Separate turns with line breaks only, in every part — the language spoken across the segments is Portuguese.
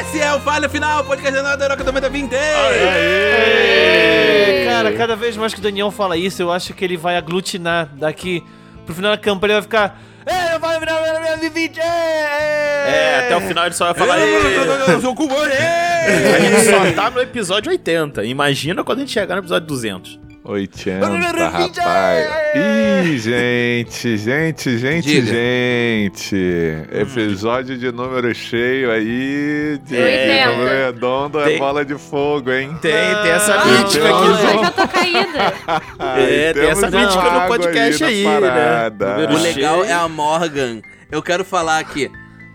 Esse é o Falha Final, podcast da Nova Heroica 2020!
Aê! Cara, cada vez mais que o Daniel fala isso, eu acho que ele vai aglutinar daqui pro final da campanha, ele vai ficar. É, eu vou virar minha minha vida,
É,
é,
até o final ele só vai falar. "Ê".
Eu sou o Cubo, ê!
A gente só tá no episódio 80. Imagina quando a gente chegar no episódio 200.
80, rapaz. Ih, gente, gente, gente,
Diga. Hum.
gente. Episódio de número cheio aí. De
80.
número redondo é
Tem-
bola de fogo, hein?
Tem, tem essa
Ah,
crítica
não,
aqui.
não.
no-
Olha que eu tô caída.
É,
Ai,
tem essa
temos
crítica
água
no podcast
ali
aí,
na
né?
parada.
Número
O legal é a Morgan. Eu quero falar aqui.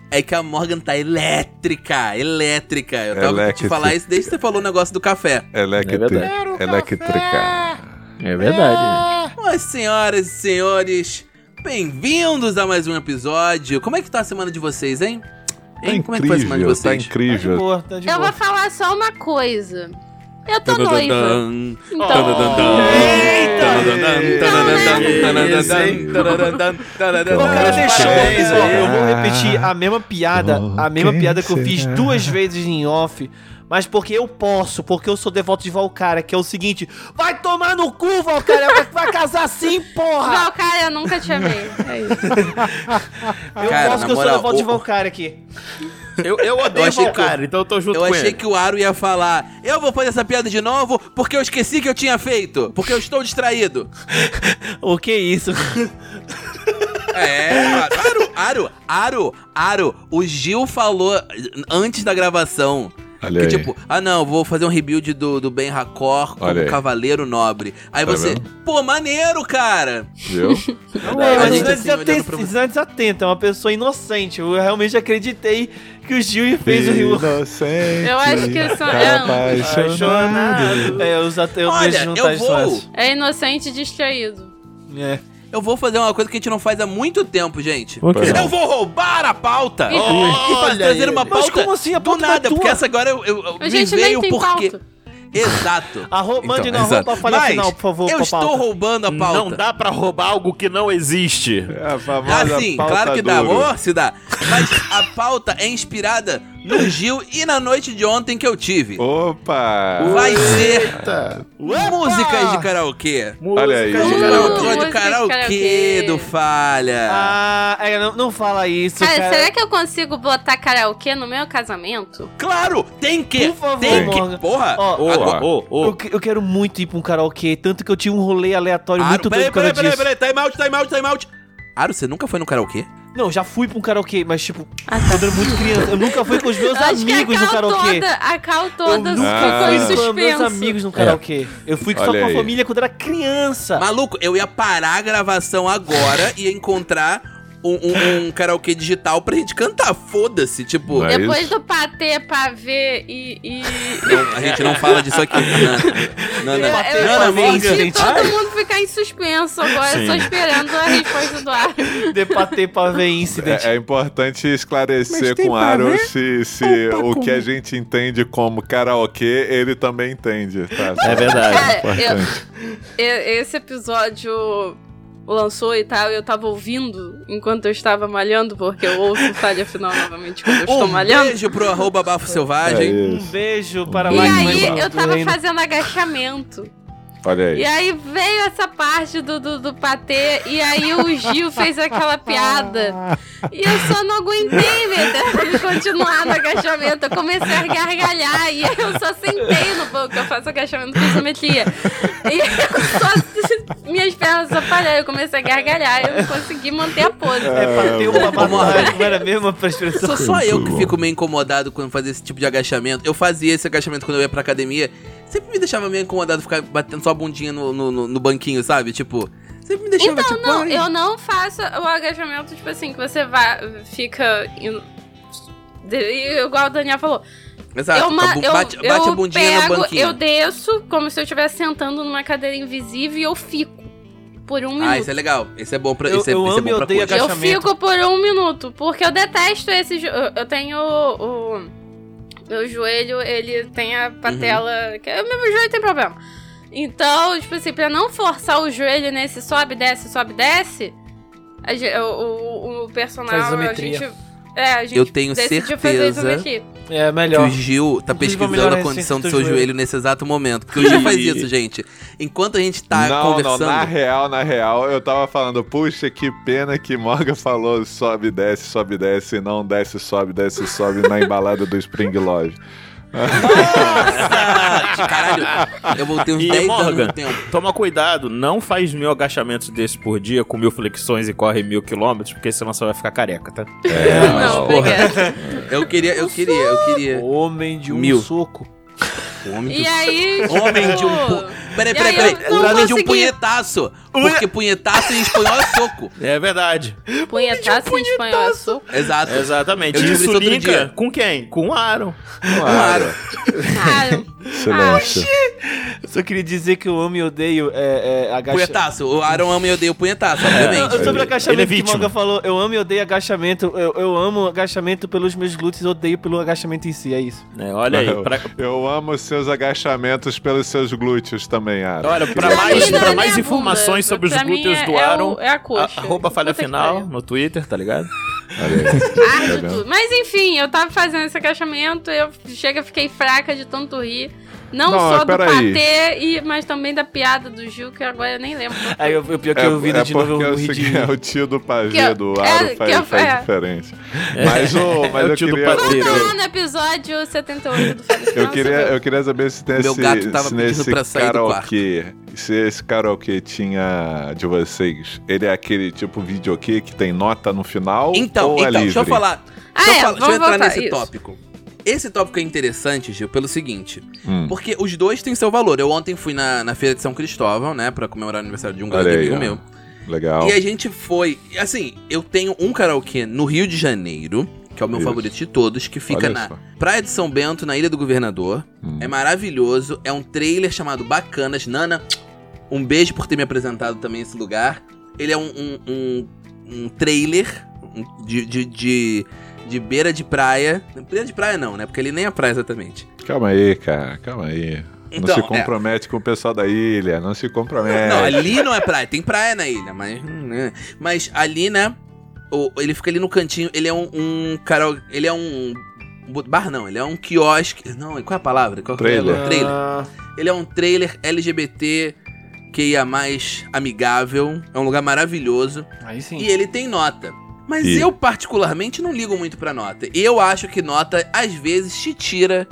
É que a Morgan tá elétrica, elétrica. Eu tava pra te
Elétrica.
falar isso desde que você falou o negócio do café.
Electric,
É
electrica.
É verdade.
Mas, senhoras e senhores, bem-vindos a mais um episódio. Como é que tá a semana de vocês, hein?
Tá
Hein? Como é que foi a semana de
incrível, tá
vocês?
Tá de
incrível.
boa, tá de
Eu vou
boa.
falar só uma coisa. Eu tô
Tan, tan,
Tá noiva.
tan.
Então.
Pô, cara, deixa
Parabéns
eu,
aí.
eu vou repetir a mesma piada, a mesma
quem
piada que eu fiz
será?
duas vezes em off, mas porque eu posso, porque eu sou devoto de Valkyria, que é o seguinte, vai tomar no cu, Valkyria, vai, vai casar sim, porra!
Não, cara, eu nunca te amei. É isso.
eu
Cara,
posso
na
que eu sou
moral,
devoto de
o-
Valkyria aqui.
Eu, eu
Eu
odeio
achei
o
que eu-
cara, então eu tô junto
Eu
com
achei
ele.
que o Aro ia falar, eu vou fazer essa piada de novo porque eu esqueci que eu tinha feito, porque eu estou distraído.
O que é isso?
É, Aro, Aro, Aro, Aro, o Gil falou antes da gravação.
Olha
que
aí.
tipo, ah não, vou fazer um rebuild do, do Ben Hakor como
Olha aí.
Cavaleiro Nobre. Aí
Tá
você, pô, maneiro, cara.
Viu?
Não é,
A
mas
gente
isso
tá
é
assim, olhando pra
desatento-
você.
isso é desatento, é uma pessoa inocente, eu realmente acreditei que o Gil fez o Rio...
Inocente,
Eu acho que eu sou- é um-
apaixonado.
É, os at- eu
Olha,
vejo
eu
juntar isso
vou-
fácil.
É inocente e distraído.
É.
Eu vou fazer uma coisa que a gente não faz há muito tempo, gente.
O quê?
Eu vou roubar a pauta!
Ih,
Olha, trazer uma
Mas
pauta
como assim? A
do
pauta não é
nada,
tua?
porque essa agora eu, eu, eu
A
me
gente nem
veio
tem
porque.
pauta.
Exato.
Arro...
Então,
Mande na
exato.
roupa falha
Mas
final, por favor.
Eu
pra
estou
pauta.
roubando a pauta.
Não dá pra roubar algo que não existe.
É a famosa
Ah, sim,
pauta
claro que dá.
duro.
Ô, se dá. Mas a pauta é inspirada no Gil e na noite de ontem que eu tive.
Opa!
Vai ser músicas de karaokê.
Olha aí.
Música de
O
karaokê.
Músicas
Episódio karaokê
de karaokê.
do Falha.
Ah, é, não, não fala isso, cara.
Cara, será que eu consigo botar karaokê no meu casamento?
Claro, tem que.
Por favor,
tem que.
Morgan.
Porra.
Ó,
Ô, ô, ô,
eu,
ô.
que- eu quero muito ir pra um karaokê, tanto que eu tinha um rolê aleatório
Aro,
muito doido
peraí,
por causa
peraí,
disso.
peraí, peraí, time out, time out, time out. Aro, você nunca foi no karaokê?
Não, já fui pra um karaokê, mas tipo, quando eu era muito criança. Eu nunca fui com os meus
Acho que é a
amigos no
Cal
karaokê.
toda, a Cal
Eu
toda
nunca
Ah.
ficou
fui
em
com os meus
suspenso.
amigos no karaokê. Eu fui só
Olha
com a
aí.
família quando era criança.
Maluco, eu ia parar a gravação agora e ia encontrar um, um- um karaokê digital pra gente cantar. Foda-se, tipo.
Não é
Depois
isso?
do patê, pavê e... e...
Não, a gente não fala disso aqui. Não, não, não.
Eu,
Bateu
eu,
na
eu
mesa,
senti
gente.
todo
Ai.
mundo ficar em suspenso agora,
Sim.
só esperando a resposta do ar.
Depater pra ver incidente.
É, é importante esclarecer com o Aro se, se o que a gente entende como karaokê, ele também entende. Tá?
É verdade.
Cara, eu- e- esse episódio lançou e tal, e eu tava ouvindo enquanto eu estava malhando, porque eu ouço falha final novamente quando eu estou
Um
malhando.
beijo pro arroba bafo
É
selvagem.
Um
isso.
beijo para
E
lá que
aí
vai
eu
do
tava
reino.
fazendo agachamento.
Olha aí.
E aí veio essa parte do, do, do patê, e aí o Gil fez aquela piada. E eu só não aguentei, velho, de continuar no agachamento. Eu comecei a gargalhar e aí eu só sentei no banco. Eu faço agachamento com isometria. E eu só, minhas pernas só pararam. Eu comecei a gargalhar e eu não consegui manter a pose.
É pateu
Ah,
pra
Vamos
matar, não era a mesma expressão.
Sou só eu que
bom.
fico meio incomodado quando fazer esse tipo de agachamento. Eu fazia esse agachamento quando eu ia pra academia. Sempre me deixava meio incomodado ficar batendo só a bundinha no, no- no- no banquinho, sabe? Tipo, sempre me deixava
Então,
tipo.
não,
ai.
eu não faço o agachamento, tipo assim, que você vai, fica. in- de- Igual o Daniel falou,
Exato,
eu, ma-
a Tá, bu-
eu-
bate,
eu
bate a bundinha
pego,
no banquinho.
Eu desço como se eu estivesse sentando numa cadeira invisível e eu fico por um
Ah,
minuto.
isso é legal. Isso é bom pra
Eu-
isso é,
eu
isso é
amo e
bom pra
odeio
coisa.
Eu
agachamento.
fico por um minuto, porque eu detesto esse jo- eu- Eu tenho o. o- Meu joelho, ele tem a
Uhum.
patela. que- é O meu joelho tem problema. Então, tipo assim, pra não forçar o joelho nesse sobe, desce, sobe, desce, a ge- o, o, o personal, a
Faz isometria.
gente É, a gente
Eu tenho
decidiu
certeza-
fazer isso aqui.
É
que o
melhor.
Gil tá
Inclusive, é vou melhorar
pesquisando a
esse
condição do
do
seu
joelho.
joelho. nesse exato momento. Porque o Gil faz isso, gente. Enquanto a gente tá
não,
conversando.
não, na real, na real, eu tava falando, puxa, que pena que Morgan falou sobe, desce, sobe, desce, não desce, sobe, desce, sobe na embalada do Spring Lodge.
Caralho, eu voltei uns
E,
é
10 anos
Morgan?
no tempo.
Toma cuidado, não faz mil agachamentos desses por dia, com mil flexões e corre mil quilômetros, porque senão você vai ficar careca, tá?
É,
mas,
Não,
porra.
obrigada.
Eu queria, eu queria, eu queria.
Homem de um
Mil.
soco.
Homem
E
do-
aí,
Homem de um.
tipo,
pu- Peraí,
e
peraí,
aí
peraí.
eu não
Homem de um
consegui.
punhetaço. Porque punhetaço em espanhol é soco.
É verdade.
Punhetaço em
um
espanhol é soco.
Exato.
Exatamente.
Eu
E
tive
Isso
isso outro
linka
dia.
com quem? Com o Aaron.
Claro.
Ah,
Silêncio.
Eu só queria dizer que eu amo e odeio é, é, agachamento.
Punhetaço. O Aaron ama e odeia o
É.
punhetaço,
Não,
obviamente.
sobre o agachamento
Ele é
que o
vítima.
Manga falou, eu amo e odeio agachamento. Eu, eu amo agachamento pelos meus glúteos, odeio pelo agachamento em si, é isso.
É, olha aí.
Eu-
Pra,
Eu amo seus agachamentos pelos seus glúteos também, Ara.
olha, pra
pra
mais,
mim não é
pra
nem
mais
a
informações
bunda,
sobre os
pra mim
glúteos
é-
do
é o-
Aaron,
É a
a-
coxa.
arroba falha
Puta que
final
pariu.
no Twitter, tá ligado?
Arde
vendo?
tudo. Mas enfim, eu tava fazendo esse agachamento, eu chega, fiquei fraca de tanto rir. Não,
Não,
só
mas
do
peraí.
patê, e, mas também da piada do Gil, que agora eu nem lembro. Tá
Aí eu, eu pior que
É
eu ouvi de novo,
porque
eu
eu
morri
sei
de
que é
rir.
o tio do
Que eu-
pajé do
é,
Aro
que
faz,
eu-
faz
é.
diferente. Mas, o, mas
É o
eu
tio do
queria,
padeiro.
Volta
eu,
lá no episódio 78 do Falha Final.
eu queria,
você vê.
eu queria saber se tem
Meu
esse,
gato tava
se
pedindo
nesse
pra sair do quarto.
karaokê, se esse karaokê tinha de vocês, ele é aquele tipo videokê que tem nota no final
Então,
ou é
então,
livre?
deixa eu falar.
Ah,
Deixa eu,
é,
falar- deixa eu
vamos
entrar
voltar,
nesse
isso.
tópico. Esse tópico é interessante, Gil, pelo seguinte.
Hum.
Porque os dois têm seu valor. Eu ontem fui na, na feira de São Cristóvão, né? Pra comemorar o aniversário de um grande
Olha aí,
amigo
ó.
meu.
Legal.
E a gente foi. e Assim, eu tenho um karaokê no Rio de Janeiro, que é o meu
Isso.
favorito de todos, que fica
Olha
na
só.
Praia de São Bento, na Ilha do Governador.
Hum.
É maravilhoso. É um trailer chamado Bacanas. Nana, um beijo por ter me apresentado também esse lugar. Ele é um, um, um- um trailer um- de, de, de, de beira de praia. Beira de praia não, né? Porque ele nem é praia exatamente.
Calma aí, cara, calma aí. não
Então,
se
é.
compromete com o pessoal da ilha, não se compromete.
Não, ali não é praia. Tem praia na ilha, mas. né? Mas ali, né? o- Ele fica ali no cantinho. Ele é um. um cara, ele é um. Bar não, ele é um quiosque. Não, qual é a palavra? Qual que é?
Trailer.
Trailer.
Ah,
Ele é um trailer LGBT que ia mais amigável. É um lugar maravilhoso.
aí sim.
E é ele tem nota. Mas
E-
eu, particularmente, não ligo muito pra nota. Eu acho que nota, às vezes, te tira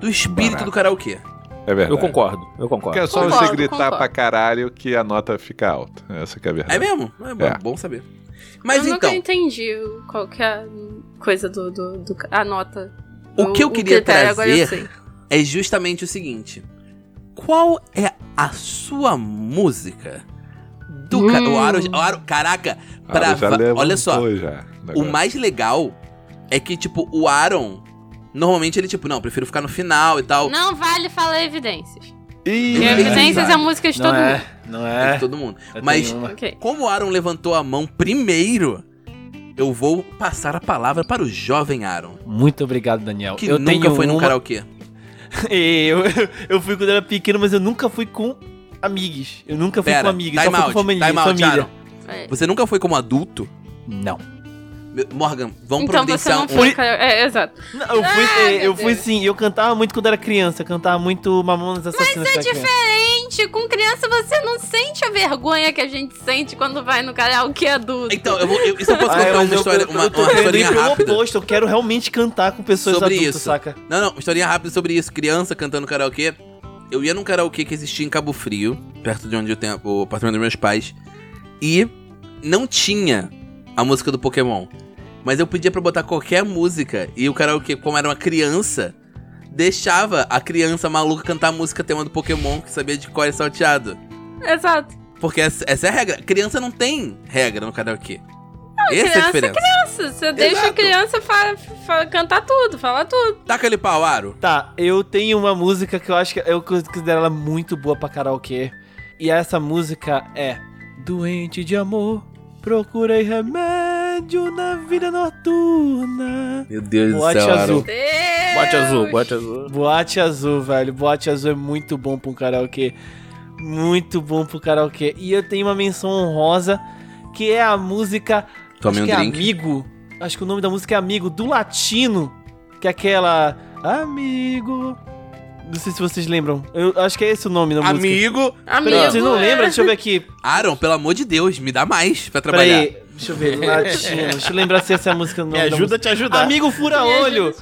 do espírito
Barato.
do karaokê.
É verdade.
Eu concordo, eu
Porque
concordo.
é só
Concordo,
você gritar
concordo.
pra caralho que a nota fica alta. Essa que é a verdade.
É mesmo? É bom,
É.
bom saber. Mas
eu
então.
nunca entendi qual que é a coisa do, do, do- a nota.
O que eu queria
critério, agora eu
trazer
sei.
é justamente o seguinte: qual é a sua música do ca-
Hum.
o Aro, o Aro- caraca,
Ah,
pra
já
va-
levantou
olha só,
já,
o
negócio.
mais legal é que tipo o Aaron normalmente ele tipo, não, prefiro ficar no final e tal. tipo,
Não vale falar evidências.
Ih,
Ele-
cara.
Evidências é música de
não
todo mundo.
é, não é.
Todo mundo.
Eu
Mas
tenho uma.
Ok.
como o Aaron levantou a mão primeiro, eu vou passar a palavra para o jovem Aaron,
Muito obrigado, Daniel.
que
eu
nunca
tenho
foi num
uma...
karaokê.
eu, eu fui quando era pequeno, mas eu nunca fui com amigos. Eu nunca fui com
Pera,
amigos, só
time
fui com
out,
família.
time out,
família.
Aaron. Você nunca foi como adulto?
Não.
Meu- Morgan, vamos
Então você
providenciar
não
um
foi.
um-
cara- É, exato.
Não, eu fui,
Ah,
é, eu
meu
fui
Deus.
sim, eu cantava muito quando era criança, eu cantava muito Mamonas Assassinas. Mas é
Gente, com criança você não sente a vergonha que a gente sente quando vai no karaokê adulto.
Então, eu vou, eu, isso eu posso contar
Ah, mas
uma
é, eu-
história,
eu-
uma,
eu tô
uma
querendo ir
historinha
pelo
rápida.
oposto, eu quero realmente cantar com pessoas
Sobre
adultas,
isso.
saca?
Não, não, uma historinha rápida sobre isso. Criança cantando karaokê. Eu ia num karaokê que existia em Cabo Frio, perto de onde eu tenho o apartamento dos meus pais. E não tinha a música do Pokémon. Mas eu pedia pra botar qualquer música. E o karaokê, como era uma criança, deixava a criança maluca cantar a música tema do Pokémon, que sabia de cor e salteado.
Exato.
Porque essa, essa é a regra. Criança não tem regra no karaokê. Essa é a
criança é
diferença.
Nossa, você deixa a criança fa- fa- cantar tudo, falar tudo.
Taca ali pau, Aro.
Tá, eu tenho uma música que eu acho que eu considero ela muito boa pra karaokê. E essa música é Doente de amor, procurei remédio na vida noturna.
Meu Deus
Boate azul.
Deus.
Bote azul, bote azul.
Boate azul, velho. Boate azul é muito bom pra um karaokê. Muito bom pro karaokê. E eu tenho uma menção honrosa que é a música
Tomei
acho
um
que é
drink.
Amigo Acho que o nome da música é Amigo, do latino. Que é aquela. Amigo. Não sei se vocês lembram. Eu acho que é esse o nome da música.
Amigo!
Amigo.
Não, Vocês não
é.
lembram? Deixa eu ver aqui.
Aaron, pelo amor de Deus, me dá mais pra trabalhar.
Peraí. Deixa eu ver. Latino. Deixa eu lembrar se essa é a música. o
Me
nome da
ajuda a te
música.
ajudar.
Amigo Fura
Me ajuda.
Olho.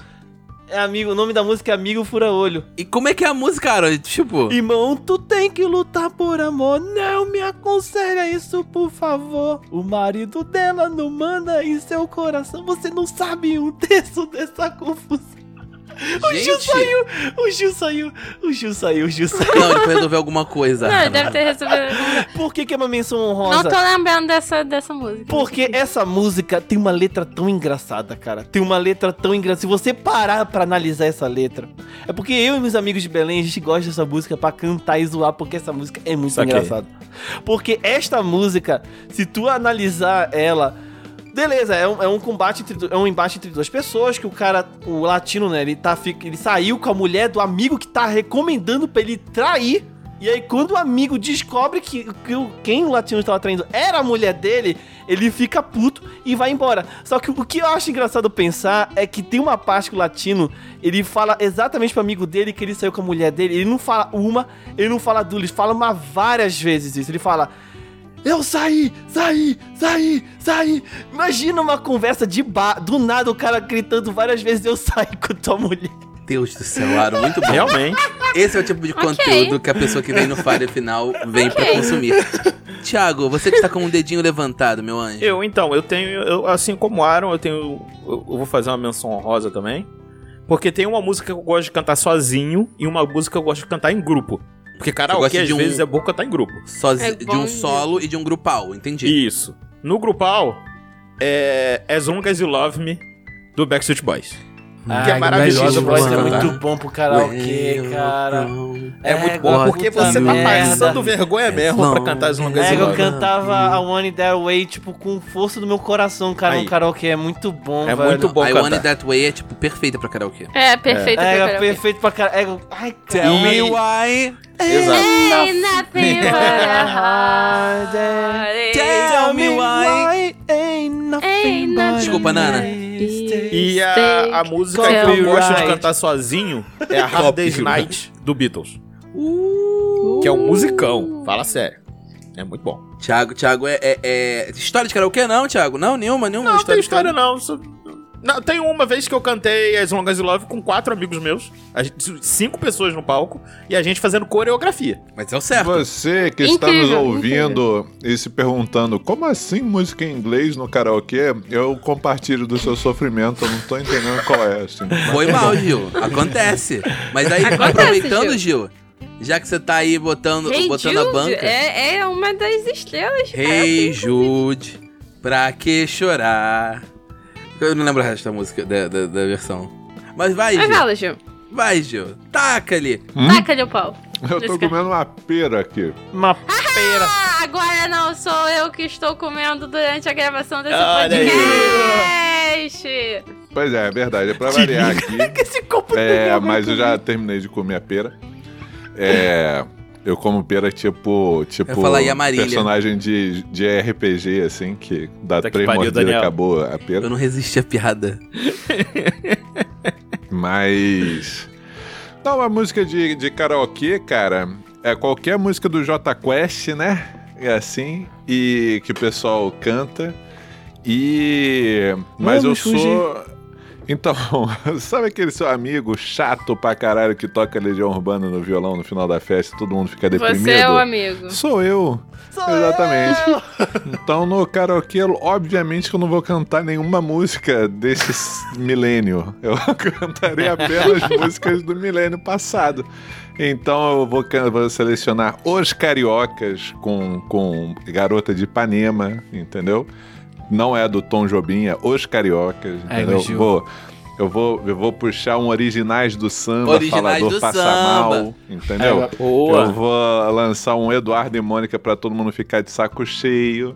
É amigo, o nome da música é Amigo Fura Olho.
E como é que é a música, Aaron? Tipo,
Irmão, tu tem que lutar por amor. Não me aconselha isso, por favor. O marido dela não manda em seu coração. Você não sabe um terço dessa confusão. O Gil
gente...
saiu, o Gil saiu, o Gil saiu, o Gil saiu.
Não, ele foi resolver alguma coisa.
Não,
Aaron.
deve ter resolvido.
Por que, que é uma menção
Não tá
honrosa?
tô lembrando dessa, dessa música.
Porque essa música tem uma letra tão engraçada, cara. Tem uma letra tão engraçada. Se você parar pra analisar essa letra, é porque eu e meus amigos de Belém, a gente gosta dessa música pra cantar e zoar, porque essa música é muito
Saquei.
engraçada. Porque esta música, se tu analisar ela. Beleza, é um, é um combate entre du- é um embate entre duas pessoas que o cara, o latino, né, ele tá fica- ele saiu com a mulher do amigo que tá recomendando pra ele trair. E aí quando o amigo descobre que, que o- quem o latino estava traindo era a mulher dele, ele fica puto e vai embora. Só que o que eu acho engraçado pensar é que tem uma parte que o latino, ele fala exatamente pro amigo dele que ele saiu com a mulher dele. Ele não fala uma, ele não fala duas, ele fala uma várias vezes isso. Ele fala: eu saí, saí, saí, saí. Imagina uma conversa de bar, do nada o cara gritando várias vezes: Eu saí com tua mulher.
Deus do céu, Aaron, muito bom.
Realmente.
Esse é o tipo de
Ok.
conteúdo que a pessoa que vem no Fire Final vem pra
Ok.
consumir. Tiago, você que está com um dedinho levantado, meu anjo.
Eu, então, eu tenho. eu, assim como Aaron, eu tenho. Eu, eu vou fazer uma menção honrosa também. Porque tem uma música que eu gosto de cantar sozinho e uma música que eu gosto de cantar em grupo. Porque
gosta
karaokê, às
de um-
vezes, é bom cantar em grupo.
Sozi-
É
de
bom
um solo e de um grupal, entendi.
Isso. No grupal, é. As Long As You Love Me, do Backstreet Boys.
Ah,
que é maravilhosa
Backstreet
pra
Boys
você
é
mano.
cantar.
muito bom pro karaokê, cara.
É muito bom,
gosto
porque
puta
você tá
merda.
passando vergonha mesmo pra
Long
cantar As Long As
As
É,
You
You
eu
Love Me.
cantava a One That Way, tipo, com força do meu coração, cara,
Aí.
no karaokê. É muito bom,
É
velho.
muito bom
I Want
cantar.
It That Way é, tipo, perfeita pra karaokê.
É, perfeito.
É,
perfeito,
é
perfeito.
perfeito pra caralho. É, ai, cara.
Tell me why.
Exato.
Ain't nothing but a heartache.
Tell me why.
ain't
Ain't
nothing
nothing
Desculpa, Nana.
E a, a música que
Copyright.
eu gosto de cantar sozinho é a Hard Day's
Copyright.
Night do Beatles. Que é um musicão. Fala sério. É muito bom.
Tiago, Tiago, é, é- é- História de karaokê não, Tiago? Não, nenhuma, nenhuma
Não, tem
história. de
história
karaokê.
não. Só- não. Tem uma vez que eu cantei As Longas e Love com quatro amigos meus. a gente- cinco pessoas no palco. E a gente fazendo coreografia.
Mas é o certo.
Você que está
Incrível,
nos ouvindo e se perguntando como assim música em inglês no karaokê, eu compartilho do seu sofrimento, eu não tô entendendo qual é, assim.
Foi mal, Gil. Acontece. Mas aí,
Acontece,
aproveitando, Gil. já que você tá aí botando,
Hey
botando a
Jude
banca.
É, é uma das estrelas. Tá cara.
Hey Jude, pra que chorar? Eu não lembro o resto da música, da, da, da versão. Mas vai,
Mas
Gil.
fala, Gil.
Vai, Gil. Taca ali.
Taca-lhe o pau.
Eu tô
Esse cara.
comendo uma pera aqui.
Uma pera.
Ah, agora não sou eu que estou comendo durante a gravação desse
Olha aí.
podcast.
Pois é, é verdade, é pra variar aqui.
Esse copo
É, mas eu já terminei de comer a pera. É. Eu como pera tipo. tipo
falar aí a Marília.
personagem de, de RPG, assim, que dá
Puta que
três
pariu,
mordidas e
Daniel.
acabou a pera.
Eu não resisti à piada.
Mas. Então, a música de, de karaokê, cara, é qualquer música do Jota Quest, né? É assim, e que o pessoal canta. E. Mas
Vamos
eu sou. Então, sabe aquele seu amigo chato pra caralho que toca Legião Urbana no violão no final da festa e todo mundo fica deprimido?
Você é o amigo.
Sou eu. Exatamente. Então, no karaokê, obviamente que eu não vou cantar nenhuma música desse s- milênio. Eu cantarei apenas músicas do milênio passado. Então, eu vou, can- vou selecionar os cariocas com, com Garota de Ipanema, entendeu? Não é do Tom Jobim, é os cariocas,
Ai,
entendeu?
Gil.
vou, eu, vou, eu vou puxar um Originais do Samba,
Originais
Falador
do
Passa
Samba. É,
Mal, entendeu? Eu vou lançar um Eduardo e Mônica pra todo mundo ficar de saco cheio.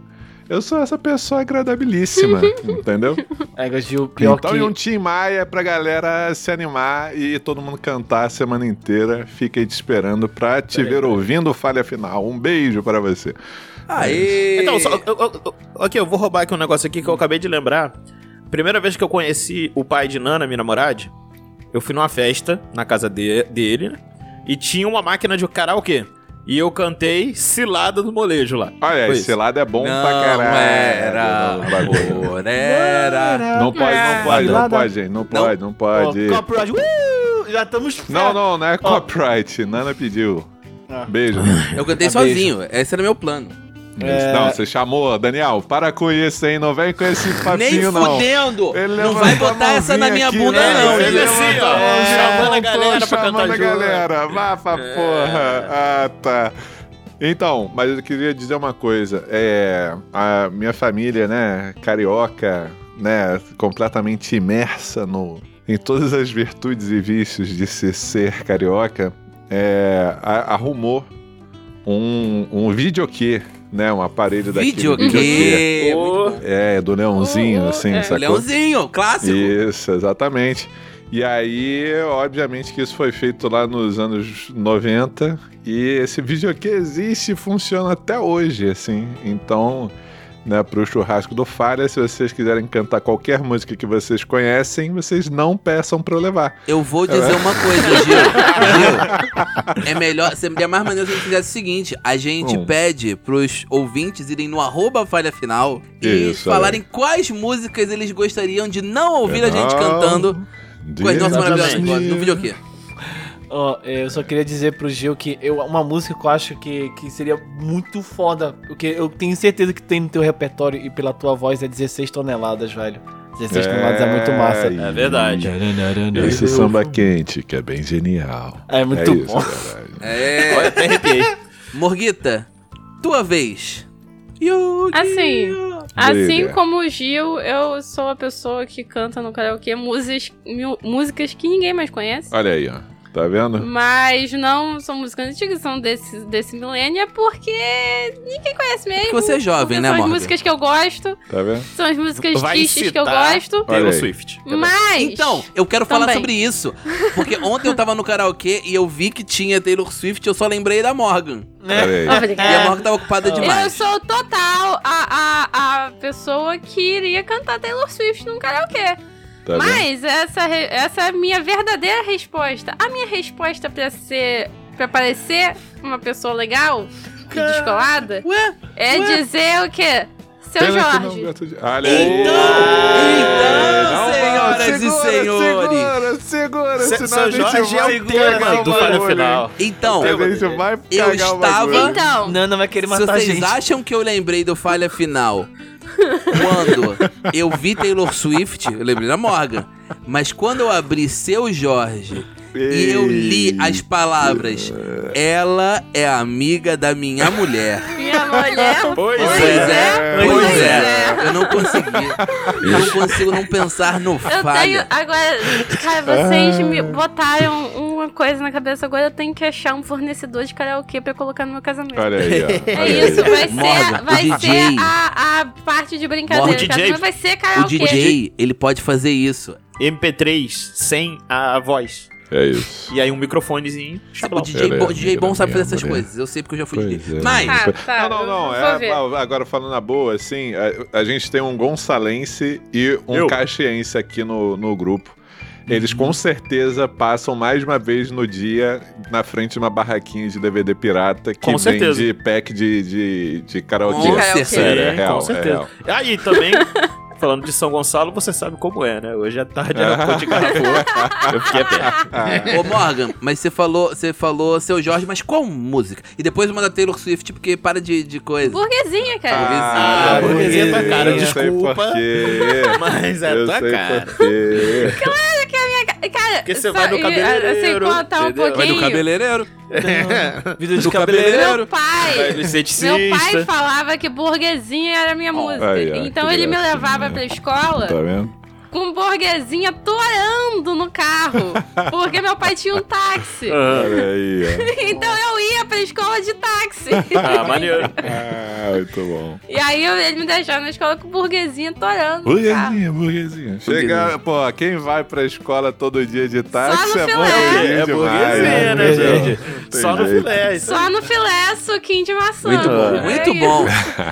Eu sou essa pessoa agradabilíssima, entendeu?
É, Gil, pior
então,
que...
e um Tim Maia pra galera se animar e todo mundo cantar a semana inteira. Fiquei te esperando pra te ver ouvindo o Falha Final. Um beijo pra você.
Aê!
Então, só, eu, eu- eu- ok, eu vou roubar aqui um negócio aqui que eu acabei de lembrar. Primeira vez que eu conheci o pai de Nana, minha namorada, eu fui numa festa na casa de- dele né? e tinha uma máquina de karaokê. E eu cantei Cilada do Molejo lá.
Olha,
Foi
esse
isso.
lado é bom pra
Não
caralho.
era
Não, bagulho.
amor, era...
Não pode, não pode, não
Cilada.
pode, gente. Não pode, não pode.
Ó, copyright. Uh, já estamos
Não, não, não é copyright. Nana pediu.
Ah.
Beijo.
É Eu cantei
Ah,
sozinho, esse era meu plano.
É.
Não, você chamou. Daniel, para com isso, hein? Não vem com esse
Nem
papinho, não.
fudendo!
Ele
Não vai
levantou a
botar essa na
mãozinha
minha
aqui,
bunda,
né?
não.
Ele
Igor.
assim, ó,
levantou-
chamando a
É,
galera pra
chamando
cantar
a
junto.
galera. Vá pra
É.
porra. Ah, tá. Então, mas eu queria dizer uma coisa. É, a minha família, né, carioca, né, completamente imersa no, em todas as virtudes e vícios de se ser carioca, é, a- arrumou um, um videokê, né, um aparelho daquele videokê.
Videogame.
Ô,
É, do Leãozinho,
Oh, oh,
assim,
é.
sacou?
Leãozinho, clássico.
Isso, exatamente. E aí, obviamente que isso foi feito lá nos anos 90 e esse vídeo aqui existe e funciona até hoje, assim. Então, né, pro churrasco do Falha, se vocês quiserem cantar qualquer música que vocês conhecem, vocês não peçam pra eu levar.
Eu vou dizer uma coisa, Gil. Gil. É melhor. Seria mais maneiro se a gente fizesse o seguinte: a gente
Hum.
pede pros ouvintes irem no arroba falha final e
Isso, é.
falarem quais músicas eles gostariam de não ouvir a gente
Não.
cantando com as nossas maravilhosas
Exatamente.
vozes no videokê.
Ó, eu só queria dizer pro Gil que eu, uma música que eu acho que, que seria muito foda, porque eu tenho certeza que tem no teu repertório e pela tua voz é 16 toneladas, velho. 16 toneladas é muito massa.
e
É verdade.
Esse samba quente, que é bem genial.
É muito
é isso,
bom.
caralho.
É.
Olha, até arrepiei.
Morguita, tua vez. Yu-gi-oh!
Assim,
Diga.
assim como o Gil, eu sou a pessoa que canta no karaokê musas- mu- músicas que ninguém mais conhece.
Olha aí, ó. Tá vendo?
Mas não são músicas antigas, são desse, desse milênio, é porque ninguém conhece mesmo.
Porque você é jovem,
porque
né,
São as
Morgan?
músicas que eu gosto,
Tá vendo?
são as músicas
Vai
tristes que eu
citar.
gosto.
Olha
Taylor
aí.
Swift.
Mas.
Então, eu quero falar
Também.
sobre isso. Porque ontem eu tava no karaokê e eu vi que tinha Taylor Swift e eu só lembrei da Morgan.
Né?
Olha
É.
aí.
Ó, Rodrigo,
E a Morgan tava ocupada
É. Eu
é, demais.
sou total a, a, a pessoa que iria cantar Taylor Swift num karaokê.
Tá vendo?
Mas essa, re- essa é a minha verdadeira resposta. A minha resposta pra ser. pra parecer uma pessoa legal e descolada
Ué?
é
Ué.
dizer o quê? Seu
Pena que não
Jorge.
gosta de- Olha aí.
Então, então,
Não,
senhoras e
segura,
senhores.
Segura, segura,
Se-
senão
Seu
a gente
Jorge é
vai
o
cagar
tema
o
do Falha
bagulho,
Final.
Então,
hein? A gente vai
Eu
cagar o
estava-
bagulho.
Então,
Nana vai querer
se
matar a
vocês
gente.
acham que eu lembrei do falha final quando eu vi Taylor Swift, eu lembrei da Morgan. Mas quando eu abri seu Jorge e eu li as palavras, ela é amiga da minha mulher.
minha mulher.
Pois
Pois
é.
é,
Pois
pois
é.
é. Eu não consegui. Eu não consigo não pensar no
Eu tenho.
falha.
Agora, cara, vocês me botaram uma coisa na cabeça. Agora eu tenho que achar um fornecedor de karaokê pra eu colocar no meu casamento.
Olha aí, ó.
É
Olha
isso,
aí.
vai
Morgan,
ser,
o
vai
DJ.
ser a, a parte de brincadeira.
Morgan,
O
o DJ.
vai ser
O
karaokê.
DJ, ele pode fazer isso.
MP3 sem a voz.
É isso.
E aí um microfonezinho.
O
Xablau.
DJ,
Ela é
bom, o DJ bom
amiga
sabe
da
fazer essas
minha mulher.
coisas. Eu sei porque eu já fui
Pois
DJ.
é.
Mas,
Ah, tá.
não, não, não.
eu vou
é,
ver.
a- agora falando na boa, assim, a, a gente tem um gonçalense e um
Eu. Uhum.
caxiense aqui no, no grupo. Eles com certeza passam mais uma vez no dia na frente de uma barraquinha de DVD pirata que
Com certeza.
vende pack de, de, de karaokê.
com
é,
certeza.
Sério, é
Sim,
real,
com
é
certeza. Aí também, falando de São Gonçalo, você sabe como é, né? Hoje à tarde era cor de garrafa. Eu fiquei perto.
Ah,
Ô Morgan, mas você falou, você falou seu Jorge, mas qual música? E depois manda Taylor Swift, porque para de, de coisa.
Burguesinha, cara.
É,
Ah, burguesia tá cara,
eu sei
desculpa.
por quê.
Mas é
eu
tua
sei
cara.
por quê.
é Ca- Cara,
Porque você
só-
vai no
e,
cabeleireiro,
Assim, contar um
entendeu?
Vai do
pouquinho.
cabeleireiro.
Vida de
Do
cabeleireiro.
cabeleireiro.
Meu pai.
Ele é
Meu pai
esteticista.
falava que burguesinha era minha música.
aí, ó,
então
que
ele me
gracinha.
levava pra escola
Tá vendo?
com um burguesinha torando no carro. Porque meu pai tinha um táxi.
Ah.
Olha aí, ó.
Então eu ia pra escola de táxi.
Ah, maneiro.
Ah, muito bom.
E aí eu- ele me deixava na escola com burguesinha torando no carro.
Burguesinha, burguesinha. Chega, pô, quem vai pra escola todo dia de táxi
Só no
é
filé.
burguesinha
É
demais.
burguesinha, né,
entendeu?
gente?
Não tem
Só no
jeito.
filé. isso
Só no filé, suquinho de maçã.
Muito bom,
É
Muito
isso.
bom.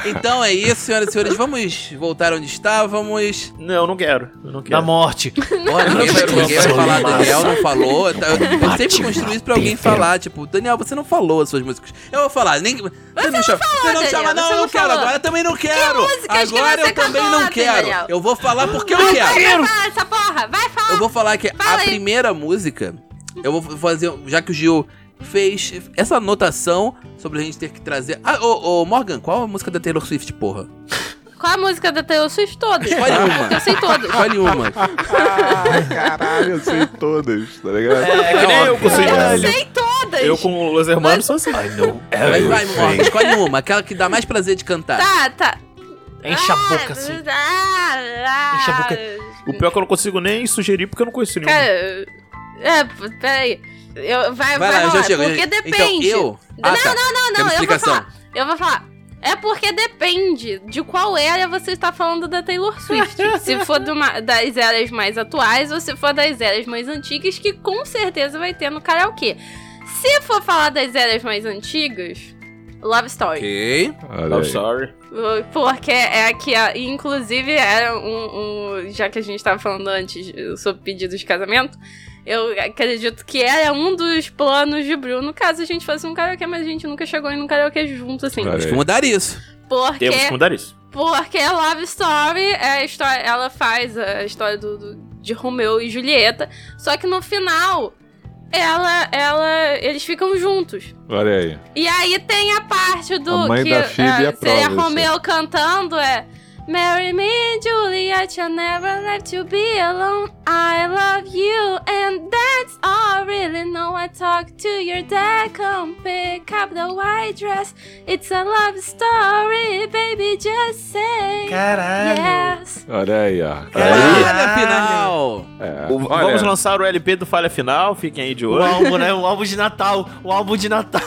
Então é isso, senhoras e senhores. Vamos voltar onde estávamos.
Não, não quero. Eu não
Da
quero.
morte.
Olha, ninguém vai, ninguém vai falar,
Nossa.
Daniel não falou. tá? Eu, eu sempre construí isso pra alguém falar, tipo, Daniel, você não falou as suas músicas. Eu vou falar, nem. Você não chama, você não
Daniel,
chama, não,
você
eu
não
não quero
falou.
agora, eu também não quero.
músicas que
Agora
você
eu também
cantou
não
ontem,
quero.
Daniel?
Eu vou falar porque eu
Vai, vai,
quero.
vai falar essa porra. Vai falar.
Eu vou falar que
Fala
a
aí.
primeira música, eu vou fazer, já que o Gil fez essa anotação sobre a gente ter que trazer. Ah, ô, ô Morgan, qual a música da Taylor Swift, porra?
Qual a música da Taylor Swift? Todas.
Escolhe uma.
Eu sei todas.
Escolhe uma.
Ah, caralho, eu sei todas, tá ligado?
É que nem eu com
Sim,
Eu
o
sei todas.
Eu com o Los Hermanos sou assim.
Mas vai, Morgan, escolhe uma, aquela que dá mais prazer de cantar.
Tá, tá.
Enche a
Ah,
boca, assim.
ah, ah.
Enche a boca.
O pior é que eu não consigo nem sugerir porque eu não conheço nenhum.
Cara, é, p- peraí. Eu, É, vai, vai,
Vai lá,
rolar,
já chega.
porque
já...
depende.
Então, eu...
Não, não, não,
Tem
não, eu vou
explicação.
falar. Eu vou falar. É porque depende de qual era você está falando da Taylor Swift. se for de uma- das eras mais atuais ou se for das eras mais antigas, que com certeza vai ter no karaokê. Se for falar das eras mais antigas, Love Story.
Ok.
Olha
I'm
aí.
sorry.
Porque é que, a- inclusive, era um, um- Já que a gente tava falando antes sobre pedido de casamento, eu acredito que era um dos planos de Bruno caso a gente fosse um karaokê, mas a gente nunca chegou em um karaokê junto, assim.
Olha
Acho
aí.
que vou mudar isso.
Porque,
Temos que mudar isso.
porque é Love Story é a história. Ela faz a história do, do- de Romeu e Julieta. Só que no final, ela, ela. Eles ficam juntos.
Olha aí.
E aí tem a parte do.
A mãe
que,
da Phoebe
ah,
aprova
Seria
isso.
Romeu cantando, é. Marry me, Juliet, you'll never have to be alone. I love you, and that's all really know. I talk to your dad, come pick up the white dress. It's a love story, baby, just say
Caralho.
yes.
Olha aí, ó.
Caralho.
Olha, final.
É,
É. O-
olha,
Vamos lançar o LP do Falha Final, fiquem aí de
O
olho.
álbum, né? O álbum de Natal. O álbum de Natal.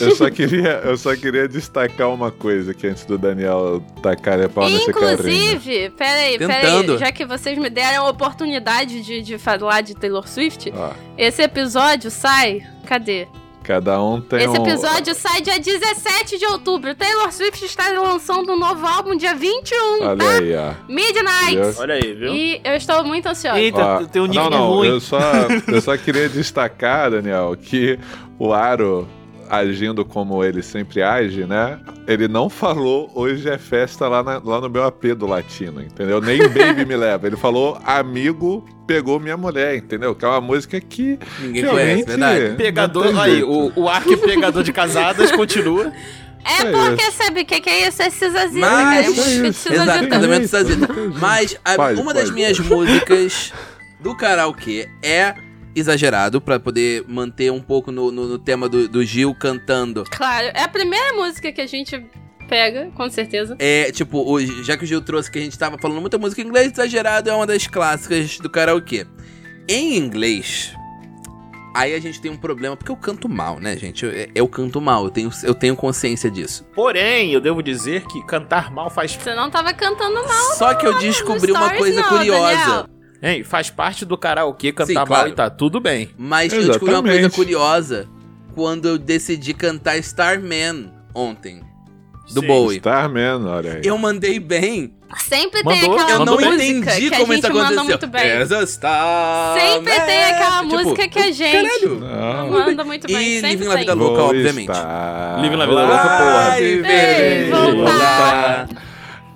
eu, só queria, eu só queria destacar uma coisa que antes do Daniel tacar a pau nesse carrinho.
Inclusive, peraí,
Tentando.
peraí, já que vocês me deram a oportunidade de, de falar de Taylor Swift,
Ó,
esse episódio sai. Cadê?
cada um tem
Esse
um...
episódio sai dia 17 de outubro. Taylor Swift está lançando um novo álbum dia 21,
Olha
tá?
aí, ó.
Midnight.
Entendeu?
Olha aí, viu?
E eu estou muito ansiosa.
Eita,
Ó,
tem um nick
não, não,
ruim.
Eu só, eu só queria destacar, Daniel, que o Aro, agindo como ele sempre age, né? Ele não falou hoje é festa lá, na- lá no meu AP do Latino, entendeu? Nem Baby me leva. Ele falou amigo pegou minha mulher, entendeu? Que é uma música que.
Ninguém
realmente
conhece, verdade?
Pegador,
não tem
aí,
jeito.
o, o arque pegador de casadas continua.
É
é
porque, sabe o que, que é isso? É Cisazita,
Mas-
cara. É um desfile de
isso,
Cisazita.
Exato,
Tem
casamento
jeito,
sozinho.
não tem jeito.
Mas a-
Pode,
uma das
pode.
minhas músicas do karaokê é exagerado, pra poder manter um pouco no, no- no tema do, do Gil cantando.
Claro, é a primeira música que a gente pega, com certeza.
É, tipo, o- já que o Gil trouxe que a gente tava falando muita música em inglês, exagerado é uma das clássicas do karaokê. Em inglês, aí a gente tem um problema, porque eu canto mal, né, gente? Eu, eu canto mal, eu tenho, eu tenho consciência disso.
Porém, eu devo dizer que cantar mal faz,
Você não tava cantando mal.
Só que eu descobri uma
tá stories
coisa
não,
curiosa.
Daniel.
hein, faz parte do karaokê cantar
Sim,
mal
claro.
e tá tudo bem.
Mas eu descobri uma
Exatamente.
coisa curiosa quando eu decidi cantar Starman ontem, do
Sim.
Bowie.
Starman, Tá olha aí.
Eu mandei bem.
Sempre
Mandou,
tem aquela
Eu não
música
entendi
que
como isso
a gente manda
aconteceu.
muito bem.
As a Starman.
Sempre tem aquela
Tipo,
música que a gente
Caralho.
Não.
manda muito
E
bem. Sempre
Living La
tem.
Vida Louca,
Vou
obviamente.
estar
Living La Vida Louca,
lá
porra.
e
Ei,
verei.
voltar.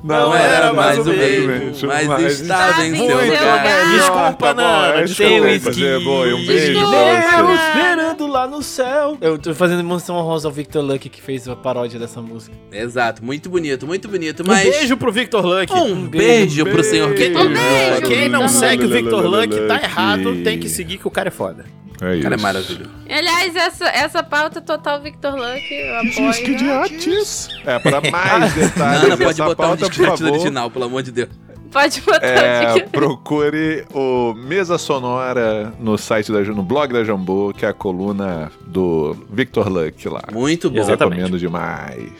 Não, era mais o mesmo,
um mesmo, Tipo, mas tá-
está
estava em seu
em seu
lugar.
lugar.
Desculpa,
Tá é
Nana,
tem
Tem
whisky.
whisky. Um beijo
Desculpa.
pra
Eu
você.
esperando lá no céu. Eu tô fazendo menção honrosa ao Victor Lucky que fez a paródia dessa música.
Exato, muito bonito, muito bonito,
Um
mas...
beijo pro Victor Luck.
Um beijo pro senhor é
beijo.
Victor
Um beijo.
Luck.
Quem não
Não.
segue o Victor Luck tá
Luck.
errado, tem que seguir que o cara é foda.
É
O
isso.
cara é maravilhoso.
Aliás, essa, essa pauta é total Victor Luck, eu apoio. né?
Disque de artes. É, para mais detalhes
Nana, pode
dessa
botar um
pauta,
disco de
por
artista
favor.
original, pelo amor de Deus.
Pode botar
É,
o de que...
procure o Mesa Sonora no site da no blog da Jambô, que é a coluna do Victor Luck lá.
Muito bom.
Exato. Exatamente.
Recomendo demais.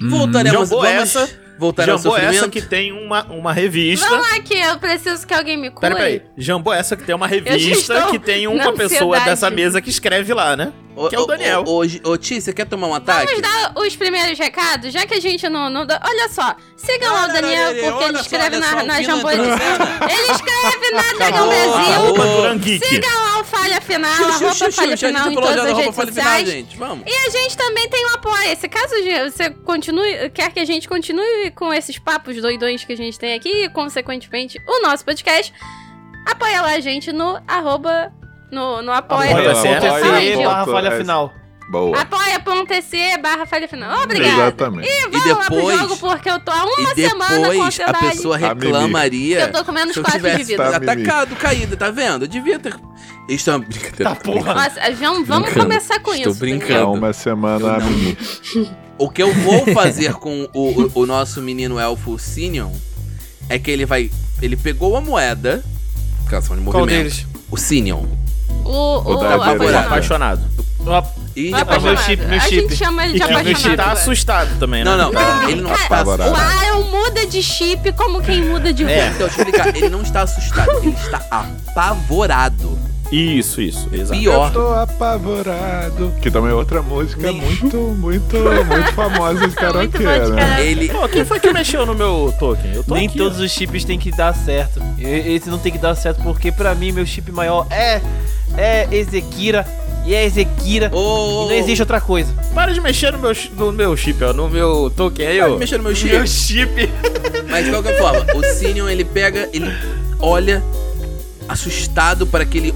Voltaremos,
Jambô
vamos
é essa-
voltar ao
Jambô é essa
Tá sofrimento.
que tem uma, uma revista.
Vamos lá que eu preciso que alguém me cure.
Pera, peraí. Jambô é essa que tem uma revista
estou
que tem
na
uma pessoa
ansiedade.
dessa mesa que escreve lá, né?
Ô,
que é o
ô,
Daniel.
Ô, ô, Gi- ô, Ti, você quer tomar um ataque?
Vamos dar os primeiros recados, já que a gente não. não dá- Olha só, sigam lá o
Olha,
Daniel,
olha,
porque
olha
ele
só,
escreve
olha
na,
só,
na
o Pino
Jambô
entrou
de
na
Cena. Ele escreve na Dragão
Acabou.
Brasil.
Arroba
Ô,
Durangeek.
Sigam lá o Falha Final,
Xiu, xiu, xiu,
arroba
xiu,
Ah, Falha
já
Final
disse
em
pra
todas
olhar na
as
tá roupa,
redes
fala final,
sociais.
gente. Vamos.
E a gente também tem o Apoia-se. Caso você continue, quer que a gente continue com esses papos doidões que a gente tem aqui e, consequentemente, o nosso podcast, apoia lá a gente no arroba, no, no apoia.
Apoia,
Apoia.
certo?
Apoia.
Apoia.se
Apoia.
assim, barra falha
Apoia.
final.
Boa.
Apoia.se barra falha final. Ah, Obrigada.
Exatamente.
E vamos lá pro
depois-
jogo, porque eu tô há
E
uma semana com
depois a
ansiedade.
pessoa
A Mimi.
reclamaria.
Eu tô com menos
se eu
quatro de
tivesse
vida.
Tá, Mimi.
atacado, caído, tá vendo? Eu devia ter. Isso é uma brincadeira.
Tá porra.
Nossa, eh, João, vamos
Brincando.
começar com
Estou
isso.
brincando.
Há É uma semana
Eu não.
mini.
O que eu vou fazer com o, o- o nosso menino elfo Sinion é que ele vai. Ele pegou a moeda. Canção de
Qual
movimento.
deles?
O Sinion.
O, o,
O
o
da
Verena.
apaixonado.
é Apaixonado.
O ap-
E
O
Ah,
apaixonado.
meu chip, meu
a gente
chip.
chama ele de
E que meu
apaixonado.
Ele tá
agora.
assustado também, né?
Não, não, ele não
cara,
está
O
assustado.
Aaron muda de chip como quem muda de roupa.
É.
Então, deixa eu explicar. Ele não está assustado, ele está apavorado.
Isso, isso. Exato.
Eu
Pior.
tô apavorado. Que também é outra música
Nem-
muito, muito, muito famosa de
Muito
karaokê,
bom de
né?
cara.
Ele.
Pô, quem foi que mexeu no meu token? Eu tô
Nem
aqui,
todos os chips têm que dar certo. E- Esse não tem que dar certo porque pra mim meu chip maior é é Ezekira e é Ezekira.
Ô,
E não existe outra coisa.
ó. Para de mexer no meu, chi- no meu chip, ó. No meu token aí,
Pode
ó.
mexer no meu chip.
Meu chip.
Mas de qualquer forma, o Sinion ele pega, ele olha assustado para aquele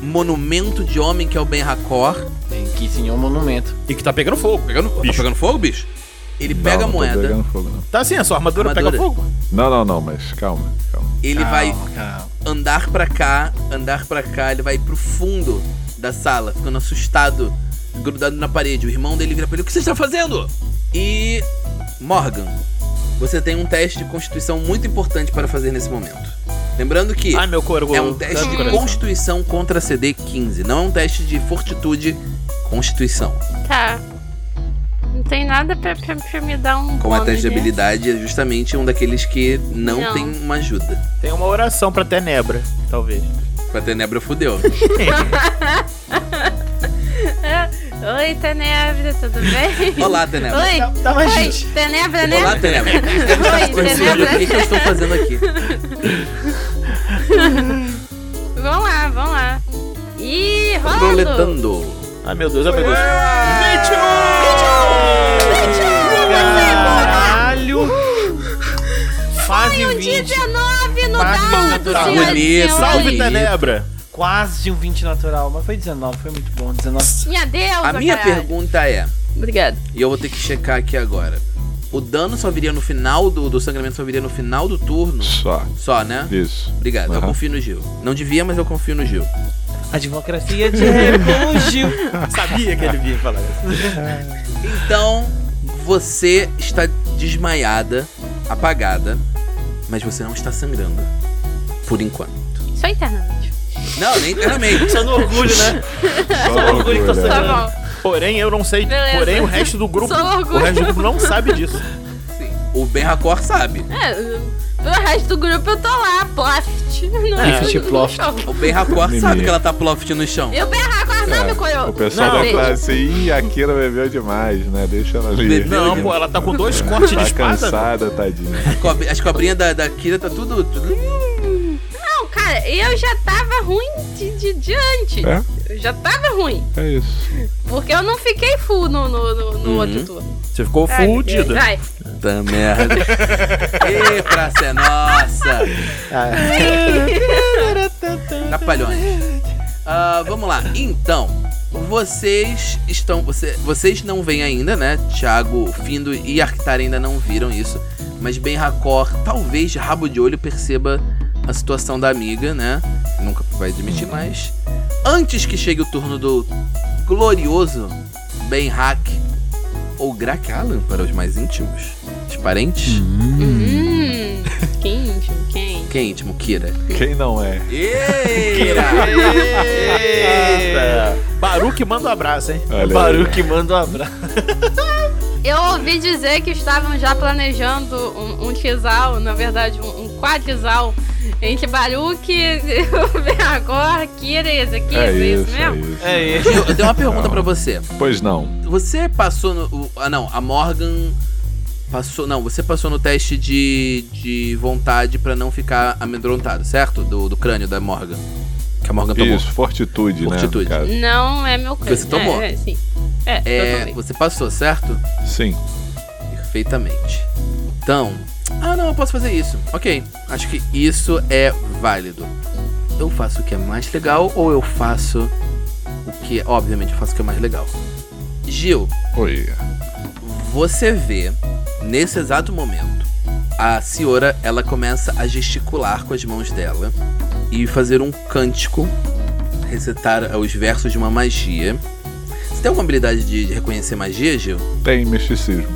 monumento de homem que é o Ben Hakor.
Tem que sim, é um monumento.
E que tá pegando fogo.
Pegando, tá pegando fogo, bicho? Ele pega
Não,
a
não tô
moeda,
pegando fogo, não.
Tá assim, a sua armadura pega
Armadura.
fogo?
Não, não, não, mas calma, calma.
ele vai andar pra cá, andar pra cá, ele vai pro fundo da sala, ficando assustado, grudado na parede. O irmão dele vira pra ele: O que você está fazendo? E. Morgan, você tem um teste de constituição muito importante para fazer nesse momento. Lembrando que.
Ai, meu corvo.
É um teste
Tanto
de
coração.
constituição contra CD 15, não é um teste de fortitude constituição.
Tá. Não tem nada pra, pra, pra me dar um.
Como é teste de
bônus, né?
habilidade, é justamente um daqueles que não,
Não.
tem uma ajuda.
Tem uma oração pra Tenebra, talvez.
Pra Tenebra fudeu.
É. Oi, Tenebra, tudo bem?
Olá, Tenebra.
Oi.
Tá- tá mais
Oi,
gente.
Tenebra, né?
Olá, Tenebra.
Oi,
Perceba O que,
Tenebra.
que eu estou fazendo aqui?
Vamos lá, vamos lá. Ih, rolando.
Proletando.
Ai, meu Deus, ai, meu Deus. um!
um!
Caralho!
Fase
Um
20.
19 no
Quase
dado,
natural.
senhoras e
Bonito.
senhores.
Salve, Tenebra.
Quase um 20 natural, mas foi 19, foi muito bom, 19.
Minha deusa,
A minha
caralho.
pergunta é,
Obrigada.
e eu vou ter que checar aqui agora. O dano só viria no final do. Do sangramento só viria no final do turno.
Só,
Só, né?
isso.
Obrigado. Eu
Aham.
confio no Gil. Não devia, mas eu confio no Gil.
Advocacia de refúgio.
Sabia que ele vinha falar isso.
Então, você está desmaiada, apagada, mas você não está sangrando. Por enquanto.
Só internamente.
Não, nem internamente.
Só no orgulho, né?
Só né?
orgulho que tô
loucura.
sentindo.
Tá bom.
Porém, eu não sei.
Beleza.
Porém, o resto do grupo.
Só orgulho.
O resto do grupo não sabe disso.
Sim. O Ben Hakor sabe.
É, o resto do grupo eu tô lá, ploft. Não,
É,
não-
tipo
não-
ploft.
O Ben Hakor
Mimi.
sabe que ela tá ploft no chão.
Eu berrar com é não, meu coroa.
É, O pessoal
Não.
da classe, ih, a Kira bebeu demais, né? Deixa ela ali.
Bebeu né?
Não, pô, ela tá com dois cortes de
Tá
espada.
cansada, tadinha.
As cob- As cobrinhas da, da Kira tá tudo, tudo-
Não, cara, eu já tava ruim de, de, de antes.
É,
Eu já tava ruim.
é isso.
Porque eu não fiquei full no, no, no, no
Uhum.
outro turno.
Você ficou
Ai,
fudida.
Vai.
Puta merda. Ê, praça é nossa. Trapalhões. Ah, vamos lá. Então, vocês estão. você- vocês não veem ainda, né? Thiago, Findo e Arctar ainda não viram isso. Mas Ben Racor, talvez de rabo de olho, perceba a situação da amiga, né? Nunca vai admitir mais. Antes que chegue o turno do glorioso Ben Hack, ou Grakalan para os mais íntimos, os parentes.
Hum. Quem, gente? quem?
é íntimo, Kira.
Quem não é?
Kira!
Eita! Baruque manda um abraço, hein?
Olha aí.
Baruque manda um abraço.
Eu ouvi dizer que estavam já planejando um, um trisal, na verdade, um, um quadrisal entre Baruque, Vergor, Kira e Ezequiel.
É
É isso
isso, é
mesmo?
isso.
É isso.
eu, eu tenho uma pergunta pra você.
Pois não.
Você passou no. o- Ah, não, a Morgan. Passou, não, você passou no teste de, de vontade pra não ficar amedrontado, certo? Do, do crânio da Morgan. Que a Morgan tomou.
Isso, fortitude,
Tá Fortitude.
né? no caso.
Não é meu
Porque
caso.
você tomou.
É, é, sim. É, eu
É,
tomei.
você passou, certo?
Sim.
Perfeitamente. Então. Ah, não, eu posso fazer isso. Ok. Acho que isso é válido. Eu faço o que é mais legal ou eu faço o que. Obviamente, eu faço o que é mais legal. Gil,
Oi.
você vê, nesse exato momento, a senhora ela começa a gesticular com as mãos dela e fazer um cântico, recitar os versos de uma magia. Você tem alguma habilidade de reconhecer magia, Gil?
Tem misticismo.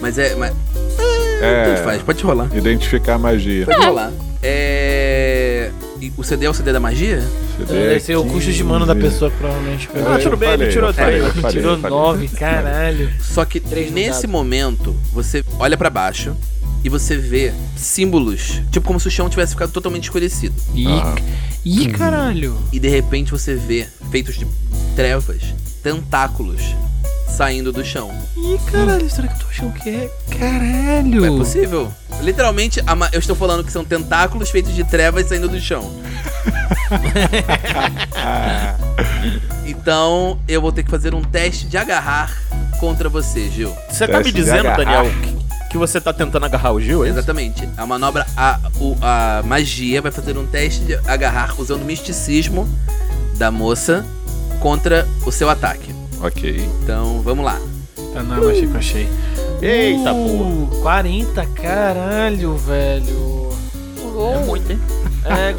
Mas é. Mas, tanto
É.
faz, pode rolar.
Identificar a magia.
Pode rolar. É. e o CD é o CD da magia?
CD
Deve ser é o custo de mano da
15.
pessoa, provavelmente.
Ah,
tirou bem, ele tirou
falei, eu
três.
falei, eu
Tirou
falei.
nove, caralho.
Só que
Três no
nesse
dado.
momento, você olha pra baixo e você vê símbolos. Tipo como se o chão tivesse ficado totalmente escurecido.
Ih,
Ah.
ih, caralho.
E de repente você vê, feitos de trevas, tentáculos saindo do chão.
Ih, caralho, será que eu tô achando que é? Caralho.
Não é possível. Literalmente, a ma- eu estou falando que são tentáculos feitos de trevas saindo do chão. então, eu vou ter que fazer um teste de agarrar contra você, Gil.
Você tá me
Teste de
dizendo,
agarrar.
Daniel, que, que você tá tentando agarrar o Gil, é isso?
Exatamente. A manobra, a, o- a magia vai fazer um teste de agarrar usando o misticismo da moça contra o seu ataque.
Ok.
Então, vamos lá.
Tá, não, eu achei que eu achei.
Eita, porra.
Uh, 40, caralho, velho.
Uou.
Muito, hein?
É,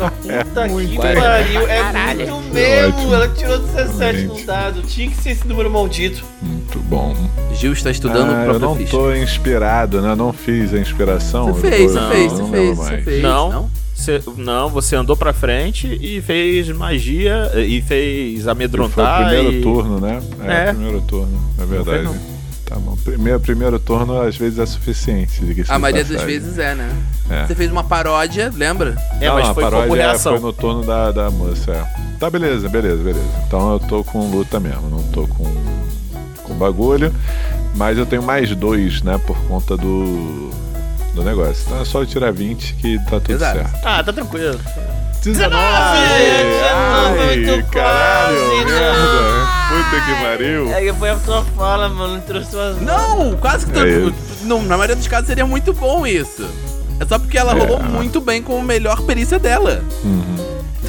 puta que
muito.
pariu. É
Caralho.
muito mesmo.
Ótimo.
Ela tirou 17 no
Gente.
dado. Tinha que ser esse número maldito.
Muito bom.
Gil está estudando
ah,
o
eu
próprio
não
ficha.
tô inspirado, né? Eu não fiz a inspiração.
Você
eu
fez,
vou-
você fez,
não,
você
não
fez,
lembro
você
mais.
fez.
Não. Você- não, você andou pra frente e fez magia e fez
E Foi o
amedrontar.
primeiro
e-
turno, né?
É.
primeiro turno, na verdade.
Não
Tá bom. Primeiro, primeiro turno às vezes é suficiente. diga-se
A
de
maioria das
passagem.
vezes é, né?
tá É.
Você fez uma paródia, lembra?
É,
Não,
mas
a
foi
paródia
por
é-
reação.
foi no turno da, da moça. é. Tá, beleza, beleza, beleza. Então eu tô com luta mesmo, não tô com, com bagulho. Mas eu tenho mais dois, né? Por conta do, do negócio. Então é só eu tirar 20 que tá tudo
Exato.
certo.
Ah, tá tranquilo.
19! Ai,
Muito
caralho!
quase, né?
merda. Puta que pariu!
É, foi a tua fala, mano. Trouxe suas.
Não, quase que
É
todo. não, na maioria dos casos seria muito bom isso. É só porque ela
É.
rolou muito bem com a melhor perícia dela.
Uhum.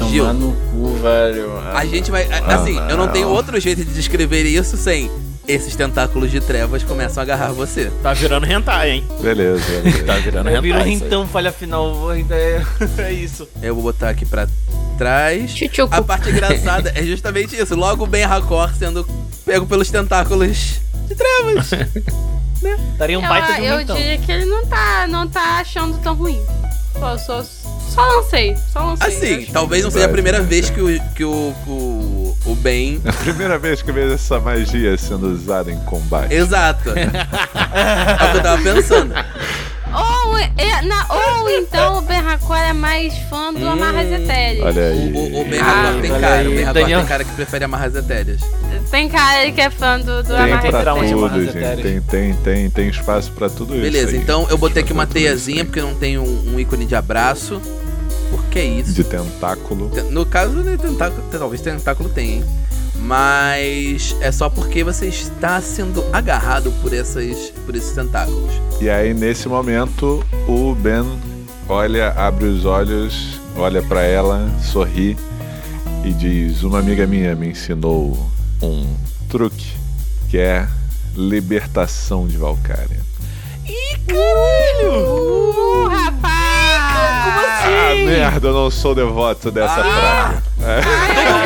Gil.
Tomar no cu, velho.
A gente vai. a-
Ah,
Assim, eu não
não.
tenho outro jeito de descrever isso sem esses tentáculos de trevas começam a agarrar você.
Tá virando hentai, hein?
Beleza, beleza.
Tá virando
Eu viro
hentai. isso aí.
então, falha final. É, é isso.
Eu vou botar aqui pra trás.
Tchutchucu.
A parte engraçada é justamente isso. Logo bem Racor sendo pego pelos tentáculos de trevas.
Daria um
Eu-
baita de um
eu
então.
diria que ele não tá, não tá achando tão ruim. Só, só, só lancei, só lancei. eu
Assim,
acho.
talvez não seja a
Verdade,
primeira
né?
vez que o. que o. o, o Ben.
Primeira vez que eu vejo essa magia sendo usada em combate.
Exato. é o que eu tava pensando.
Ou, é- na- ou então o Berracor é mais fã do
Hum,
Amarrazetelli.
Olha aí.
O, o, o Ben
Ah,
Racor tem
olha
cara. O
aí,
Ben Racor
Daniel.
tem cara que prefere amarrar as etéreas.
Tem cara que é fã do, do
Tem pra
Amarra
Amarrazetelli.
Eterno. Amarra
tudo, gente.
Eterno.
Tem, tem, tem, tem espaço pra tudo isso.
Beleza,
aí.
então eu botei aqui uma
Tá tudo isso
teiazinha
aí.
porque não tem um, um ícone de abraço. Por que isso?
De tentáculo.
Te- No caso, né, tentáculo, talvez tentáculo tenha, hein? Mas é só porque você está sendo agarrado por, essas, por esses tentáculos.
E aí, nesse momento, o Ben olha, abre os olhos, olha pra ela, sorri e diz: Uma amiga minha me ensinou um truque que é libertação de Valkyria.
Uh, rapaz!
Ah, merda, eu não sou devoto
Ah,
dessa praga.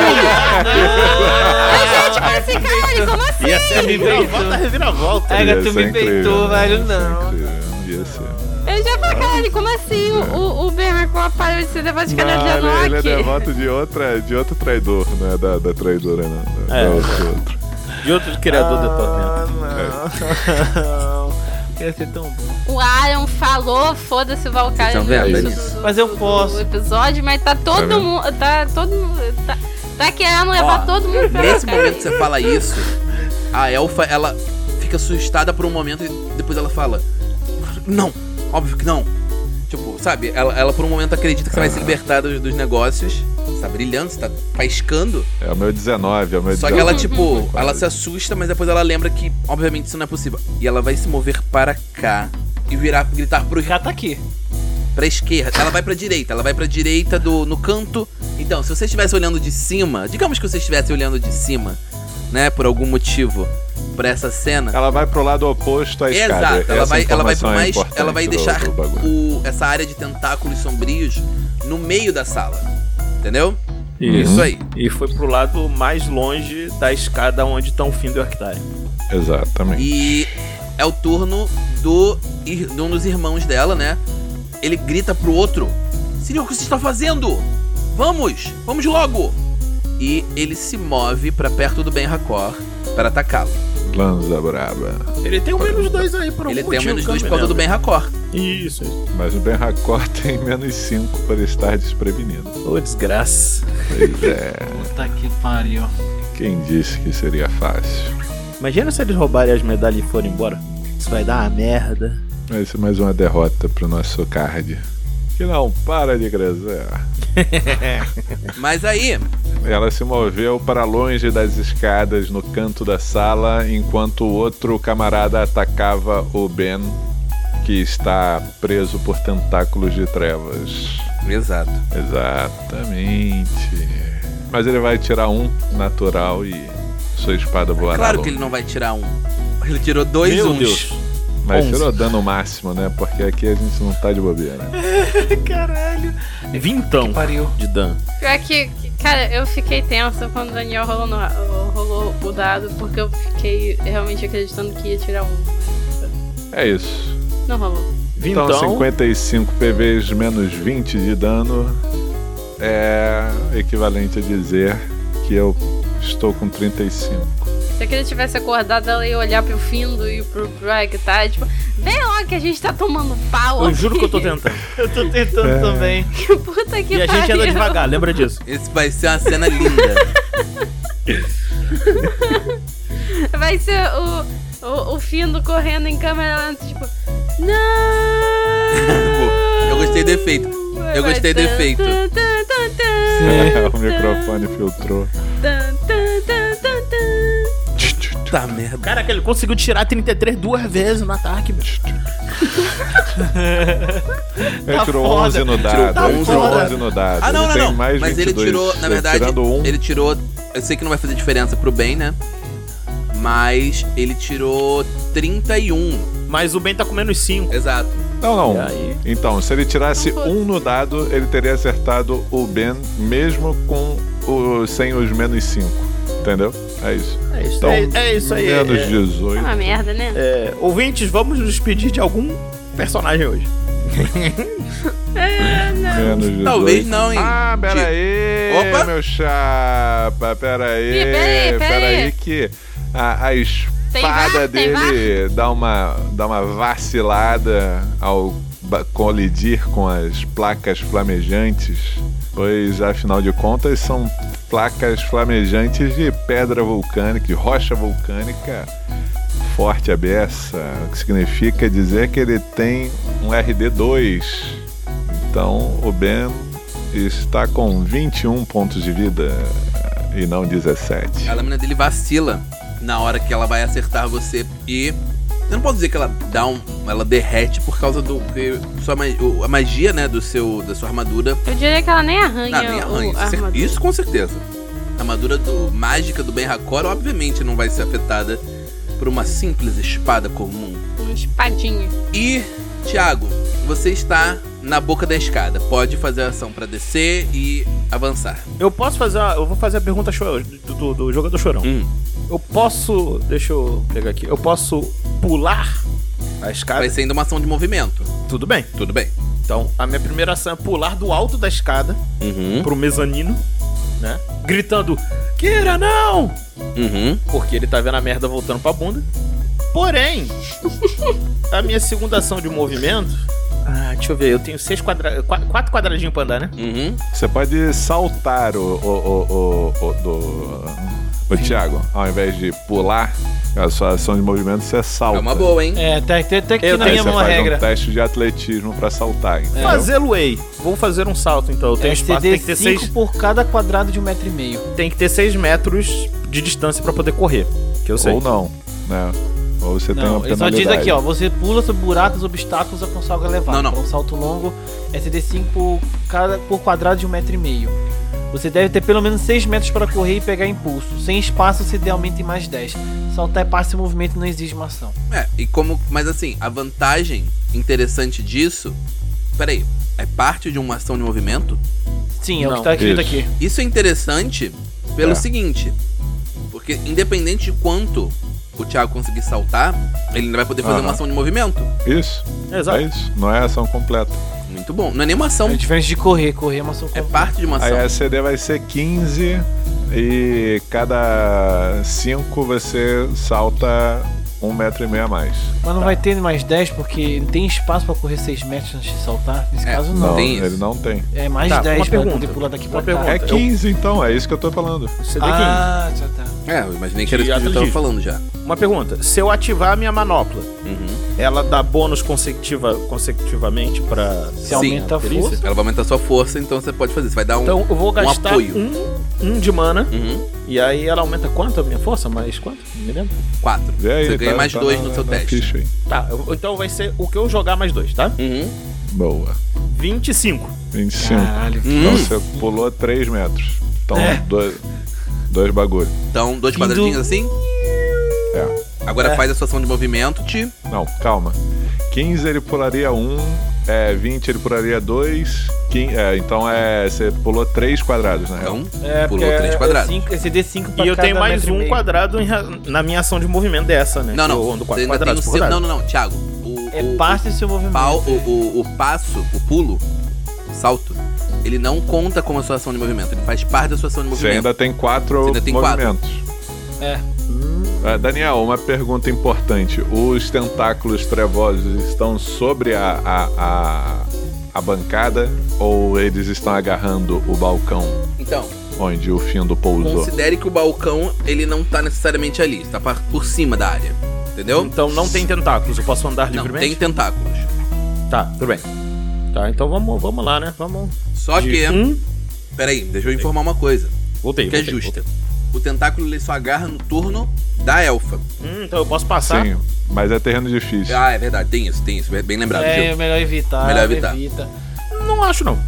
Gente, mas esse cara, como assim?
é
Ia ser a é reviravolta, reviravolta.
É,
Ia
tu
ser
me
incrível,
peitou,
né?
velho,
Ia ser
não.
incrível, ia ser.
Eu já falei, caralho, como assim o, o, o Ben Hakua parou de ser devoto de
Não,
Canadá de
ele, ele é
Enoch?
devoto de, outra, de outro traidor, não é da, da traidora, não. Da,
É.
da outra, outra.
De outro criador é
Ah.
do né? tormento.
Ah, não. Ia ser tão bom.
O Aaron falou, foda-se o Valkyrie.
Vocês tão
no
vendo É
início
isso?
Mas eu posso.
do episódio, mas tá
Tá
todo
vendo?
mundo. Tá todo mundo. Tá, tá querendo levar
Ó,
todo mundo pra
Nesse
cara.
momento que você fala isso, a elfa, ela fica assustada por um momento e depois ela fala: Não, óbvio que não. Tipo, sabe, ela, ela por um momento acredita que você vai se libertar dos, dos negócios. Você tá brilhando, você tá paiscando.
É o meu 19, é o meu Uhum. 19.
Só que ela, tipo, ela se assusta, mas depois ela lembra que, obviamente, isso não é possível. E ela vai se mover para cá e virar, gritar pro
O cara tá aqui.
pra esquerda. Ela vai pra direita, ela vai pra direita do no canto. Então, se você estivesse olhando de cima, digamos que você estivesse olhando de cima, né, por algum motivo, pra essa cena.
Ela vai pro lado oposto à escada.
Exato, ela
Essa
vai, ela vai pro
informação é
mais,
importante
ela vai
do-
deixar
do bagulho.
o, essa área de tentáculos sombrios no meio da sala. Entendeu?
Uhum.
Isso.
Isso aí.
E foi pro lado mais longe da escada onde tá o fim do Arctide.
Exatamente.
E é o turno do ir- de um dos irmãos dela, né? Ele grita pro outro: Senhor, o que você está fazendo? Vamos! Vamos logo! E ele se move pra perto do Ben Hakor para atacá-lo.
Lanza braba.
Ele tem o menos dois aí por
Ele
algum
tem o
motivo
menos
que eu
dois
não
por
me
causa do Ben Hakor.
lembro. Isso. isso.
Mas o Ben Hakor tem menos 5 para estar desprevenido.
Ô, desgraça.
Pois é.
Puta que pariu.
Quem disse que seria fácil?
Imagina se eles roubarem as medalhas e forem embora. Isso vai dar uma merda.
Vai ser é mais uma derrota pro nosso card. Que não para de crescer.
Mas aí,
Ela se moveu para longe das escadas no canto da sala, enquanto o outro camarada atacava o Ben, que está preso por tentáculos de trevas.
exato.
Exatamente. Mas ele vai tirar um natural e sua espada voará
É Claro
longe.
que ele não vai tirar um. Ele tirou dois
Meu
uns.
Deus.
Mas
11.
tirou dano máximo, né? Porque aqui a gente não tá de bobeira.
Caralho.
Vintão
Pariu.
de dano.
Pior que, que- cara, eu fiquei tensa quando o Daniel rolou, no- rolou o dado, porque eu fiquei realmente acreditando que ia tirar um.
É isso.
Não rolou.
Vintão.
Então 55 PVs menos 20 de dano é equivalente a dizer que eu estou com 35.
Se aquele tivesse acordado, ela ia olhar pro Findo e pro Greg, tá? Tipo, vem logo que a gente tá tomando pau.
Eu juro que eu tô tentando.
Eu tô tentando
É.
também.
Que puta que
E a
pariu.
gente anda devagar, lembra disso.
Esse vai ser uma cena linda.
Vai ser o, o, o Findo correndo em câmera lenta, tipo, não!
Eu gostei do efeito. Eu
Vai
gostei do
tan,
efeito.
tan, tan, tan, tan,
É,
o microfone filtrou.
tan, tan, tan, tan, tan.
Tá merda.
Caraca, ele conseguiu tirar 33 duas vezes no ataque.
Ele
Tá
tirou
foda.
11 no
Tirou tá
dado. ele tirou
foda.
11 no dado.
Ah, não,
ele
não,
tem
não.
Mais
Mas ele
22,
tirou, na verdade,
Tirando um,
ele tirou. Eu sei que não vai fazer diferença pro bem, né? Mas ele tirou 31.
Mas o Ben tá com menos 5.
Exato.
Não,
E
não.
aí?
Então, se ele tirasse
Não foi.
um no dado, ele teria acertado o Ben, mesmo com o, sem os menos 5. Entendeu? É isso.
É isso,
Então,
é, é isso aí.
Menos
é,
18.
É
Ah,
uma merda, né?
é, ouvintes, vamos nos despedir de algum personagem hoje.
Menos 18.
Talvez não, hein?
Ah, pera aí,
Opa.
meu chapa, pera aí,
Ih, pera aí, pera
pera aí
aí.
que a, a espada
var, tem
dele dá uma, dá uma vacilada ao ba- colidir com as placas flamejantes, pois afinal de contas são placas flamejantes de pedra vulcânica, de rocha vulcânica forte a beça, o que significa dizer que ele tem um RD2. Então o Ben está com 21 pontos de vida e não 17.
A lâmina dele vacila na hora que ela vai acertar você. E. Eu não posso dizer que ela dá um. Ela derrete por causa do. Porque sua, ma- o- a magia, né? Do seu, da sua armadura.
Eu diria que ela nem arranha,
Ah, nem arranha.
o-
isso
a
cer-
armadura.
Isso com certeza. A armadura do, mágica do Ben Hakor, obviamente, não vai ser afetada por uma simples espada comum.
Uma espadinha.
E, Thiago, você está na boca da escada. Pode fazer a ação pra descer e avançar.
Eu posso fazer uma, Eu vou fazer a pergunta cho- do, do, do jogador chorão.
Hum.
Eu posso. Deixa eu pegar aqui. Eu posso pular a escada.
Vai ser ainda uma ação de movimento.
Tudo bem.
Tudo bem.
Então, a minha primeira ação é pular do alto da escada
Uhum.
pro mezanino, né? Gritando: Kira, não!
Uhum.
Porque ele tá vendo a merda voltando pra bunda. Porém, a minha segunda ação de movimento. Ah, deixa eu ver, eu tenho seis quadra... qua- quatro quadradinhos pra andar, né?
Uhum.
Você pode saltar o, o, o, o, o do. O Thiago, ao invés de pular, a sua ação de movimento você salta.
É uma boa, hein?
É, tem, tem, tem que
Eu
ter na minha
tenho,
Aí você
mão a
faz
regra.
um teste de atletismo pra saltar. então. entendeu?
Fazê-lo-ei. Vou fazer um salto, então. Eu tenho
É,
espaço,
CD
tem que, ter
cinco
seis,
por cada quadrado de um metro e meio.
tem que ter seis metros de distância pra poder correr. Que eu sei.
Ou não, né? Ou você tem uma
Não, ele só
penalidade.
diz aqui, ó. Você pula sobre buracos, obstáculos, alcançar algo elevado.
Não, não.
Para um salto longo, é CD5 por, cada, por quadrado de um metro e meio. Você deve ter pelo menos 6 metros para correr e pegar impulso. Sem espaço, você aumenta em mais 10. Saltar é passe e movimento não exige uma ação.
É, e como. Mas assim, a vantagem interessante disso. Peraí, é parte de uma ação de movimento?
Sim, é o
Não, Então-
que tá escrito
isso.
aqui.
Isso é interessante pelo
É.
seguinte. Porque independente de quanto o Thiago conseguir saltar, ele ainda vai poder fazer
Aham.
uma ação de movimento.
Isso,
Exato.
é isso. Não é ação completa.
Muito bom. Não é nem uma ação.
É diferente de correr. Correr é uma ação
É
completa.
parte de uma ação.
Aí a CD vai ser 15 e cada 5 você salta um metro e meio a mais.
Mas
tá.
não vai ter mais 10 porque não tem espaço para correr 6 metros antes de saltar. Nesse
É,
caso,
Não,
não.
tem isso.
Então, ele não tem.
É mais
Tá,
10
uma
pra
pergunta.
poder pular daqui
Uma
pra cá.
pergunta.
É 15 então, é isso que eu tô falando.
CD
Ah, já tá.
É, eu imaginei que era isso
De
que eu tava
atletismo.
falando já.
15. Uma pergunta. Se eu ativar a minha manopla,
Uhum.
ela dá bônus consecutiva, consecutivamente pra.
Se
Sim,
aumenta a
perícia?
força.
Ela vai aumentar a sua força, então você pode fazer. Você vai dar um.
Então eu vou gastar
apoio.
um, um de mana.
Uhum.
E aí ela aumenta quanto a minha força? Mais quanto? Não me lembro.
Quatro.
Vê aí,
você ganha
tá-
mais
tá
dois
na-
no seu
na
teste.
ficha aí.
Tá, eu- então vai ser o que eu jogar mais dois, tá?
Uhum.
Boa.
25.
25.
Caralho.
Então
Hum.
você pulou 3 metros. Então,
Ah. É.
dois, dois bagulho.
Então, dois
Fim do-
quadradinhos assim.
É.
Agora
É.
faz a sua ação de movimento, Ti.
Não, calma. 15 ele pularia 1, é, 20 ele pularia 2, é, então é, você pulou 3 quadrados, na real.
Então,
É,
Pulou
porque
três
é
quadrados.
Cinco, é CD5 pra
E eu
cada
tenho mais
metro e
um
meio.
quadrado em ra- na minha ação de movimento dessa, né?
Não,
Que
não.
um
Eu ando
Você
quatro
ainda tem um o
quadrados por
seu. Não,
rodada.
não, não, Thiago. O,
É
o-
parte do seu
o,
movimento.
pau, o, o- o passo, o pulo, o salto, ele não conta como a sua ação de movimento. Ele faz parte da sua ação de
Você
movimento.
ainda tem 4
Você ainda tem quatro.
movimentos.
É.
Ah, Daniel, uma pergunta importante. Os tentáculos trevosos estão sobre a, a, a, a bancada ou eles estão agarrando o balcão
Então,
onde o Findo pousou?
considere que o balcão, ele não tá necessariamente ali. Tá par- por cima da área. Entendeu?
Então não tem tentáculos, eu posso andar
Não, tem
livremente?
tentáculos.
Tá, tudo bem. Tá, então vamos, vamos lá, né? Vamos.
Só
de
que.
Um.
Peraí, deixa eu informar uma coisa.
Voltei.
Hum? Que é
voltei,
justa. O tentáculo ele só agarra no turno da elfa.
voltei. Hum, então eu posso passar.
Sim, mas é terreno difícil.
tá. Ah, é verdade, tem isso, tem isso. Bem lembrado,
É, melhor evitar.
Melhor evitar.
evita.
Não acho, não. Eu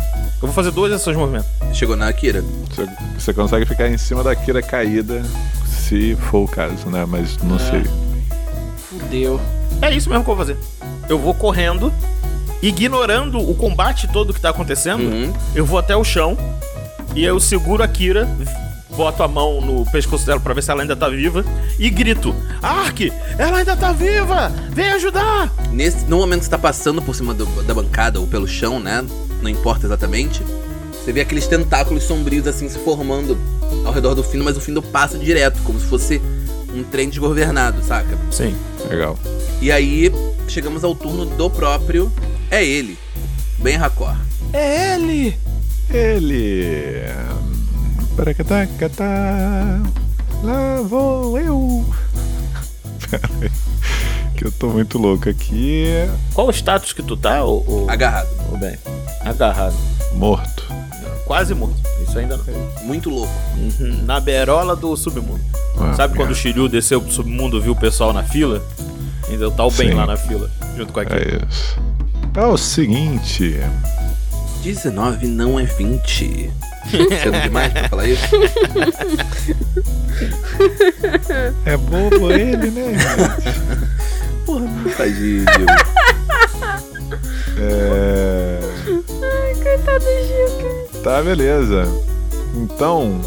vou fazer duas ações de movimento.
Gil. Chegou na Akira.
Você, você consegue ficar em cima da Kira caída, se for o caso, né? Mas não
É.
sei.
Fudeu.
É isso mesmo que eu vou fazer. Eu vou correndo, ignorando o combate todo que tá acontecendo.
Uhum.
Eu vou até o chão e eu seguro a Kira, boto a mão no pescoço dela pra ver se ela ainda tá viva e grito: Ark, ela ainda tá viva! Vem ajudar!
Nesse, no momento que você tá passando por cima do- da bancada ou pelo chão, né? Não importa exatamente. Você vê aqueles tentáculos sombrios assim se formando ao redor do Findo, mas o Findo passa direto, como se fosse um trem desgovernado, saca?
Sim.
Legal.
E aí chegamos ao turno do próprio. É ele. Bem racor.
É ele!
Ele. Paracatacatá. Lá vou eu. Peraí. Que eu tô muito louco aqui.
Qual o status que tu tá, ô, ô,
Agarrado.
ô bem? Agarrado.
Morto.
Quase morto. Isso ainda não.
Muito louco.
Uhum. Na berola do submundo.
Ah,
Sabe quando
cara.
o Shiryu desceu pro submundo viu o pessoal na fila? Ainda tá o bem
Sim.
lá na fila, junto com a Kira.
É isso. É o seguinte.
19 não é 20. Sendo demais pra falar isso?
É bobo ele, né? gente?
Porra, não tá de.
É.
Coitado do Gil.
Tá, beleza. Então,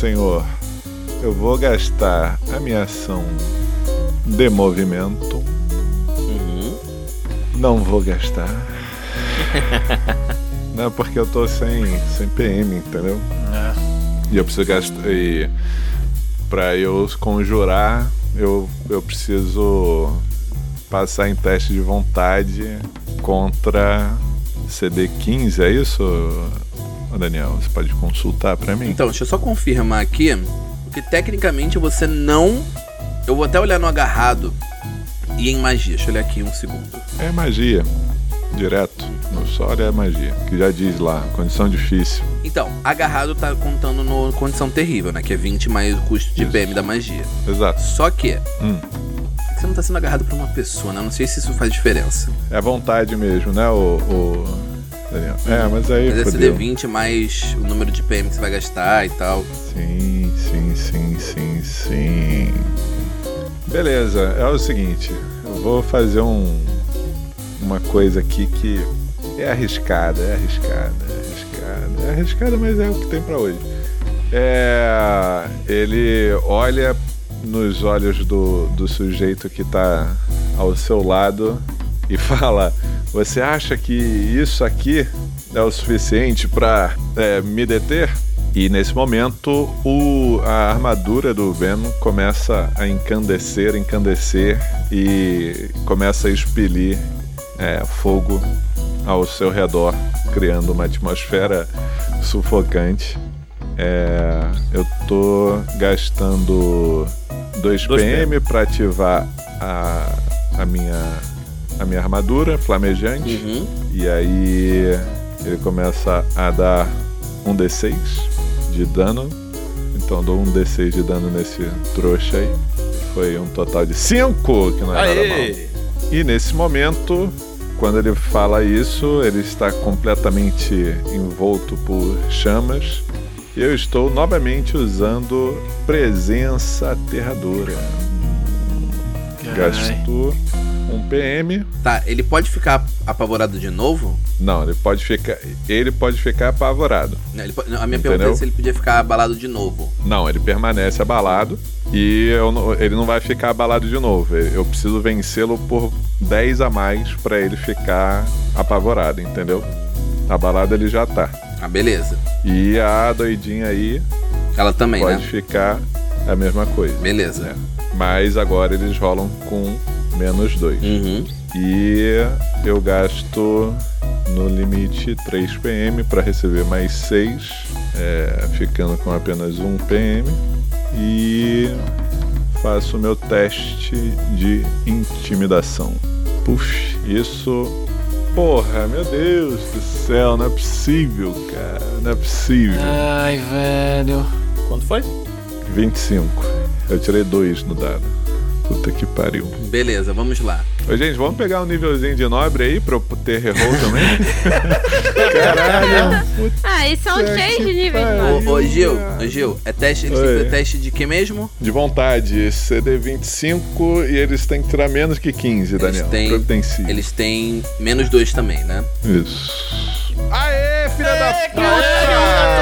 senhor, eu vou gastar a minha ação de movimento
Uhum.
Não vou gastar. Não, porque eu tô sem, sem PM, entendeu? E eu preciso gastar. E pra eu conjurar, eu, eu preciso passar em teste de vontade contra CD15, é isso, ô Daniel? Você pode consultar pra mim?
Então, deixa eu só confirmar aqui, porque tecnicamente você não. Eu vou até olhar no agarrado e em magia. Deixa eu olhar aqui um segundo.
É magia. Direto. No Sora é magia. Que já diz lá, condição difícil.
Então, agarrado tá contando no condição terrível, né? Que é 20 mais o custo de
Isso.
PM da magia.
Exato.
Só que
Hum.
você não tá sendo agarrado por uma pessoa, né? Eu não sei se isso faz diferença.
É vontade mesmo, né, o, o Daniel? É, mas aí
Mas é
fodeu.
CD20 mais o número de PM que você vai gastar e tal.
Sim, sim, sim, sim, sim. Beleza, é o seguinte, eu vou fazer um uma coisa aqui que é arriscada, é arriscada, é arriscada, é arriscada, mas é o que tem pra hoje. É, ele olha nos olhos do, do sujeito que tá ao seu lado e fala: Você acha que isso aqui é o suficiente pra é, me deter? E nesse momento, o- a armadura do Venom começa a encandecer, encandecer e começa a expelir é, fogo ao seu redor, criando uma atmosfera sufocante. É, eu tô gastando 2
Dois
PM para ativar a, a minha a minha armadura flamejante
Uhum.
e aí ele começa a dar um D6 de dano. Então eu dou um D6 de dano nesse trouxa aí. Foi um total de 5, que não é nada mal.
Aê!
E nesse momento, quando ele fala isso, ele está completamente envolto por chamas. E eu estou novamente usando presença aterradora. Gastou um PM.
Tá, ele pode ficar apavorado de novo?
Não, ele pode ficar. Ele pode ficar apavorado.
Né, ele po- a minha
Entendeu?
pergunta é se ele podia ficar abalado de novo.
Não, ele permanece abalado e eu não- ele não vai ficar abalado de novo. Eu eu preciso vencê-lo por 10 a mais pra ele ficar apavorado, entendeu? Abalado ele já tá.
Ah, beleza.
E a doidinha aí
Ela também,
pode É.
né?
ficar a mesma coisa.
Beleza.
Mas agora eles rolam com menos 2.
Uhum.
E eu gasto no limite 3 PM para receber mais 6, é, ficando com apenas 1 PM. E faço o meu teste de intimidação. Puf, isso. Porra, meu Deus do céu, não é possível, cara, não é possível.
Ai, velho.
Quanto foi?
25. Eu tirei 2 no dado. Puta que pariu.
Beleza, vamos lá.
Ô, gente, vamos pegar um nívelzinho de nobre aí pra eu ter reroll também? Caralho. puta
Ah, e são
que
cheios de níveis.
pariu.
mano.
Ô, ô, Gil, ô, Gil, é teste, eles têm que
Oi.
fazer teste de quê mesmo?
De vontade, CD 25 e eles têm que tirar menos que 15, Daniel.
têm-
Providencie.
Eles têm menos dois também, né?
Isso. Aê, filha da puta!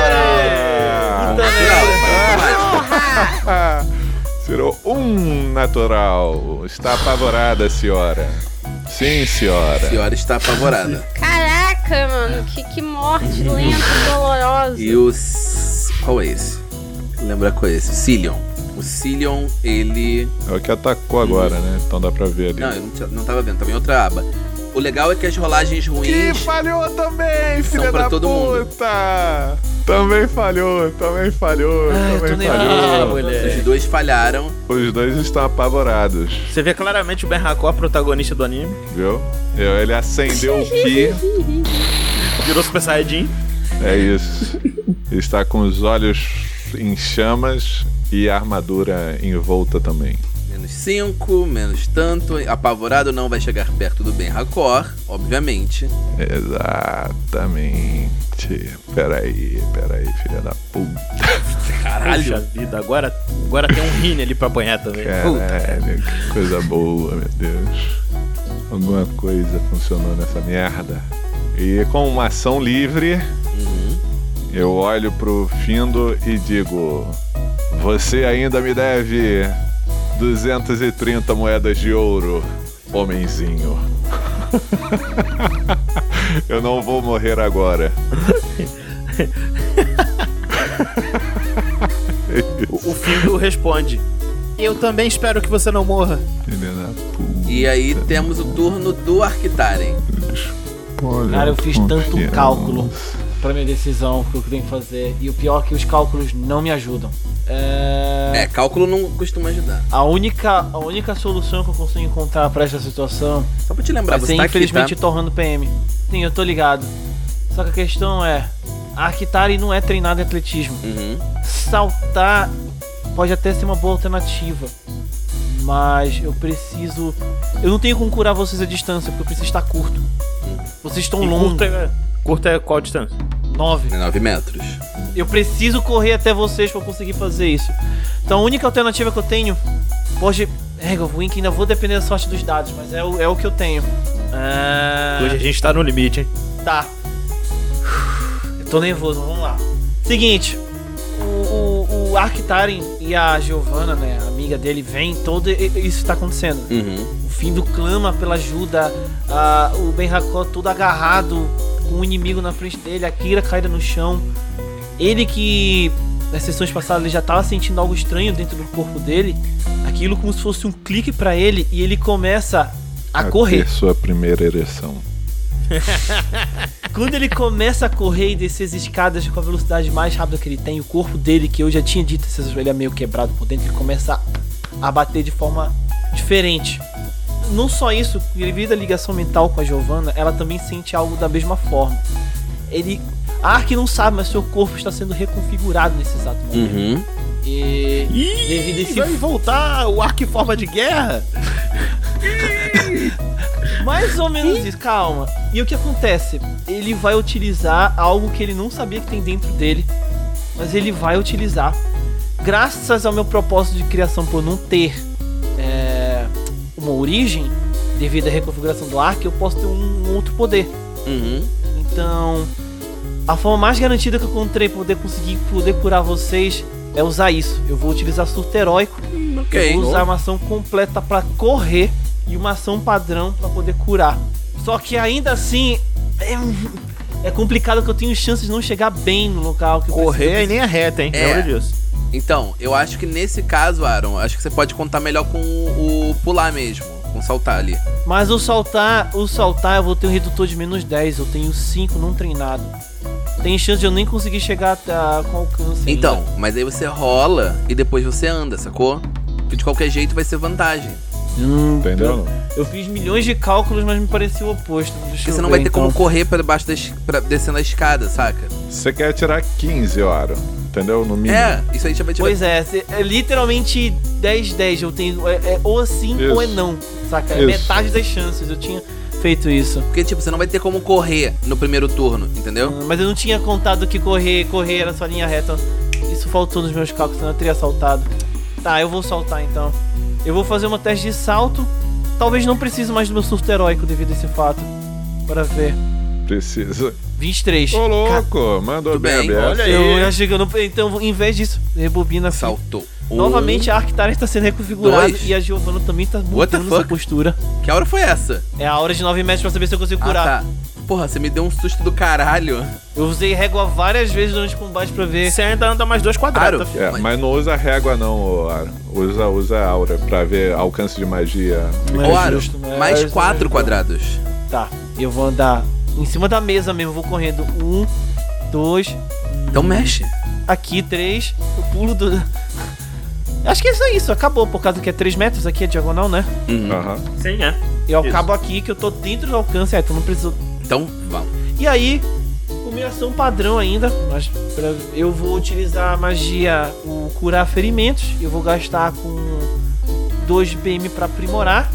Porra!
Ah, Tirou um natural. Está apavorada, senhora. Sim,
A
senhora.
senhora está apavorada.
Caraca, mano, que, que morte lenta, dolorosa.
E o. C- Qual é esse? Lembra qual é esse? Cilion. O Cilion, ele.
É o que atacou agora, né? Então dá pra ver ali.
Não, eu não, t- não tava vendo, tava em outra aba. O legal é que as rolagens
Que
ruins.
falhou também, filha
pra
da
todo mundo.
puta! Também falhou, também falhou,
Ai, eu tô
também
nervoso,
falhou.
Os
moleque.
dois falharam.
Os dois estão apavorados,
Você vê claramente o Ben Hakor, protagonista do anime,
viu? Eu- Ele acendeu o Ki,
virou Super Saiyajin.
é isso. Está com os olhos em chamas e a armadura envolta também.
Menos 5, menos tanto. Apavorado não vai chegar perto do Ben Hakor, obviamente.
Exatamente. Peraí, peraí, filha da puta.
Caralho. Puxa vida, agora, agora tem um Rine ali pra apanhar também.
Caralho, que coisa boa, meu Deus. Alguma coisa funcionou nessa merda. E com uma ação livre, eu olho pro Findo e digo: Você ainda me deve 230 moedas de ouro, homenzinho. Eu não vou morrer agora.
O, o Findo responde: Eu também espero que você não morra.
Filha da puta.
E aí temos o turno do Arctaren.
Olha,
Cara, eu fiz tanto
confiança.
cálculo pra minha decisão, pro que eu tenho que fazer. E o pior é que os cálculos não me ajudam. É...
É, cálculo não costuma ajudar.
A única, a única solução que eu consigo encontrar pra essa situação
Só pra te lembrar,
vai
você
ser,
tá aqui, tá?
infelizmente, torrando PM. Sim, eu tô ligado. Só que a questão é... A Arctari não é treinada em atletismo.
Uhum.
Saltar pode até ser uma boa alternativa. Mas eu preciso... Eu não tenho como curar vocês à distância, porque eu preciso estar curto. Vocês estão
E curta,
longos.
é- curta é qual a distância?
Nove.
É 9 metros.
Eu preciso correr até vocês pra conseguir fazer isso. Então a única alternativa que eu tenho. Hoje. É, eu vou- ainda vou depender da sorte dos dados, mas é o, é o que eu tenho. Ah,
Hoje a gente tá no limite, hein?
tá. Eu tô nervoso, vamos lá. Seguinte. O, o, o Arctaren e a Giovanna, né, a amiga dele, vem, todo e- e- isso tá acontecendo.
Uhum.
O Findo clama pela ajuda, ah, o Ben Hakor todo agarrado, com o inimigo na frente dele, a Kira caída no chão. Ele que nas sessões passadas ele já tava sentindo algo estranho dentro do corpo dele, aquilo como se fosse um clique pra ele e ele começa a correr.
ter sua primeira ereção.
Quando ele começa a correr e descer as escadas com a velocidade mais rápida que ele tem, o corpo dele, que eu já tinha dito, esse joelho é meio quebrado por dentro, ele começa a, a bater de forma diferente. Não só isso, devido à ligação mental com a Giovanna, ela também sente algo da mesma forma. Ele. A Ark não sabe, mas seu corpo está sendo reconfigurado nesse exato momento.
Uhum.
E. Devido a
Ih,
esse
vai voltar o arco em forma de guerra?
Mais ou menos isso, calma. E o que acontece? Ele vai utilizar algo que ele não sabia que tem dentro dele, mas ele vai utilizar. Graças ao meu propósito de criação por não ter é, uma origem, devido à reconfiguração do arco, eu posso ter um outro poder.
Uhum.
Então, a forma mais garantida que eu encontrei pra poder conseguir poder curar vocês é usar isso. Eu vou utilizar surto heróico
Ok.
Vou usar uma ação completa pra correr e uma ação padrão pra poder curar. Só que ainda assim é, é complicado que eu tenho chances de não chegar bem no local que eu
Correr e
preciso.
nem a reta, hein?
É.
Lembra disso?
Então, eu acho que nesse caso, Aaron, acho que você pode contar melhor com o, o pular mesmo, com saltar ali.
Mas o saltar, o saltar eu vou ter um redutor de menos 10, eu tenho 5 não treinado. Tem chance de eu nem conseguir chegar até- com alcance. ainda.
Então, mas aí você rola e depois você anda, sacou? Que de qualquer jeito vai ser vantagem.
Hum,
Entendeu?
Eu fiz milhões de cálculos, mas me pareceu o oposto. Deixa
Porque
eu
você não
ver,
vai ter como
então.
correr pra baixo da es- pra- descendo a escada, saca?
Você quer tirar 15, Aro. Entendeu? No mínimo.
É, isso aí já vai tirar.
Pois é, se- é literalmente 10, 10. Eu tenho. É, é ou sim
Isso.
ou é não. Saca? É
Isso.
metade das chances. Eu tinha feito isso.
Porque, tipo, você não vai ter como correr no primeiro turno, entendeu?
Ah, Mas eu não tinha contado que correr, correr era só linha reta. Isso faltou nos meus cálculos, senão eu teria saltado. Tá, eu vou saltar então. Eu vou fazer uma teste de salto. Talvez não precise mais do meu surto heróico devido a esse fato. Bora ver.
Precisa.
23.
Ô,
Ca-
louco! Mandou
Tudo
bem,
bem,
aberto.
olha aí.
Eu já chego no. Então, em vez disso, rebobina assim, aqui.
Saltou. Um.
Novamente a Arctara está sendo reconfigurada
Dois.
e a Giovanna também está
What the
mudando sua
fuck?
postura.
Que hora foi essa?
É a hora de 9 metros pra saber se eu consigo curar.
Ah, tá. Porra, você me deu um susto do caralho.
Eu usei régua várias vezes durante o combate pra ver.
Você ainda anda mais dois quadrados.
Claro.
tá, filho?
É,
Mas-
mas não usa régua não, ô Aro. Usa, usa aura pra ver alcance de magia.
Não
Ô, Aro,
justo, não é
mais
justo,
quatro
não é justo.
quadrados.
Tá, eu vou andar em cima da mesa mesmo, vou correndo. Um, dois,
Então mexe.
aqui, três. Eu pulo do. Acho que é só isso, acabou, por causa que é 3 metros aqui, é diagonal, né?
Uhum.
Aham.
Sim, é.
Eu
Isso.
acabo aqui que eu tô dentro do alcance, é, então não preciso
Então, vamos.
E aí, com minha ação padrão ainda, mas pra- eu vou utilizar a magia o curar ferimentos. Eu vou gastar com 2 de PM pra aprimorar.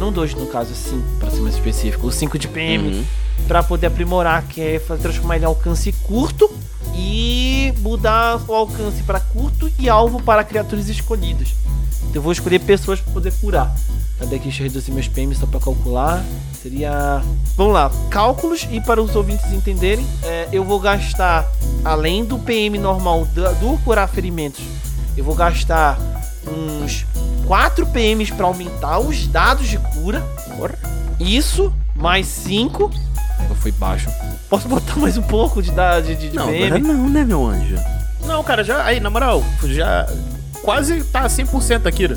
Não 2 no caso, 5 pra ser mais específico. 5 de PM
Uhum.
pra poder aprimorar, que é fa- transformar ele em alcance curto e mudar o alcance pra curto e alvo para criaturas escolhidas. Então eu vou escolher pessoas pra poder curar. Cadê que deixa eu reduzir meus PM só pra calcular? Seria. Vamos lá, cálculos e para os ouvintes entenderem, é, eu vou gastar, além do PM normal da- do curar ferimentos, eu vou gastar uns 4 PMs pra aumentar os dados de cura. Isso, mais 5. Eu fui baixo. Posso botar mais um pouco de, da- de, de, de
Não,
meme?
agora não, né, meu anjo?
Não, cara, já. Aí, na moral, já. Quase tá 100% Akira.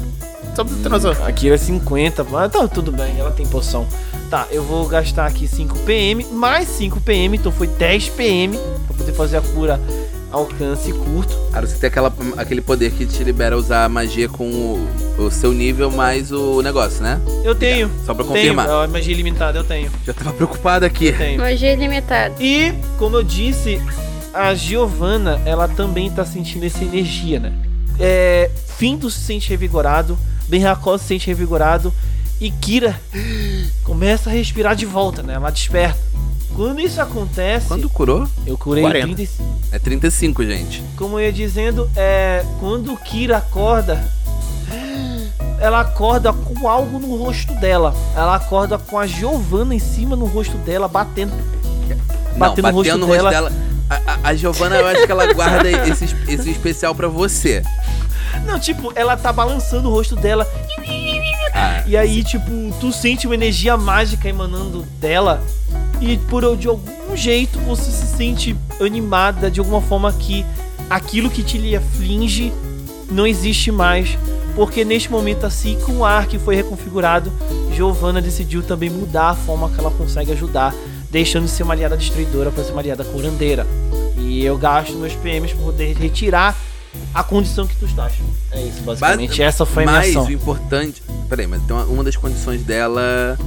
Só pra você ter noção.
Akira é 50, mas tá tudo bem, ela tem poção. Tá, eu vou gastar aqui 5 PM, mais 5 PM, então foi 10 PM, pra poder fazer a cura alcance curto.
Cara, você tem aquela, aquele poder que te libera usar a magia com o, o seu nível mais o negócio, né?
Eu tenho,
Só pra
tenho,
confirmar.
é uma magia ilimitada, eu tenho,
Já tava preocupado aqui.
eu tenho.
Magia ilimitada.
E, como eu disse, a Giovanna, ela também tá sentindo essa energia, né? É, Findo se sente revigorado, Benracó se sente revigorado, e Kira começa a respirar de volta, né? Ela desperta. Quando isso acontece,
Quando curou?
eu curei
40.
35.
É 35, gente.
como eu ia dizendo, é quando Kira acorda, ela acorda com algo no rosto dela. Ela acorda com a Giovanna em cima no rosto dela, batendo.
Não,
Bateu no rosto
bateu no rosto
dela.
dela. A, a, a Giovana, eu acho que ela guarda esse, esse especial pra você.
Não, tipo, ela tá balançando o rosto dela.
Ah,
E aí, tipo, tu sente uma energia mágica emanando dela. E por de algum jeito você se sente animada de alguma forma que aquilo que te lhe aflige não existe mais. Porque neste momento, assim com o ar que foi reconfigurado, Giovanna decidiu também mudar a forma que ela consegue ajudar, deixando de ser uma aliada destruidora para ser uma aliada curandeira. E eu gasto meus PMs para poder retirar a condição que tu estás. É isso, basicamente. Essa foi a minha
mas
ação.
o importante. Peraí, mas então uma das condições dela.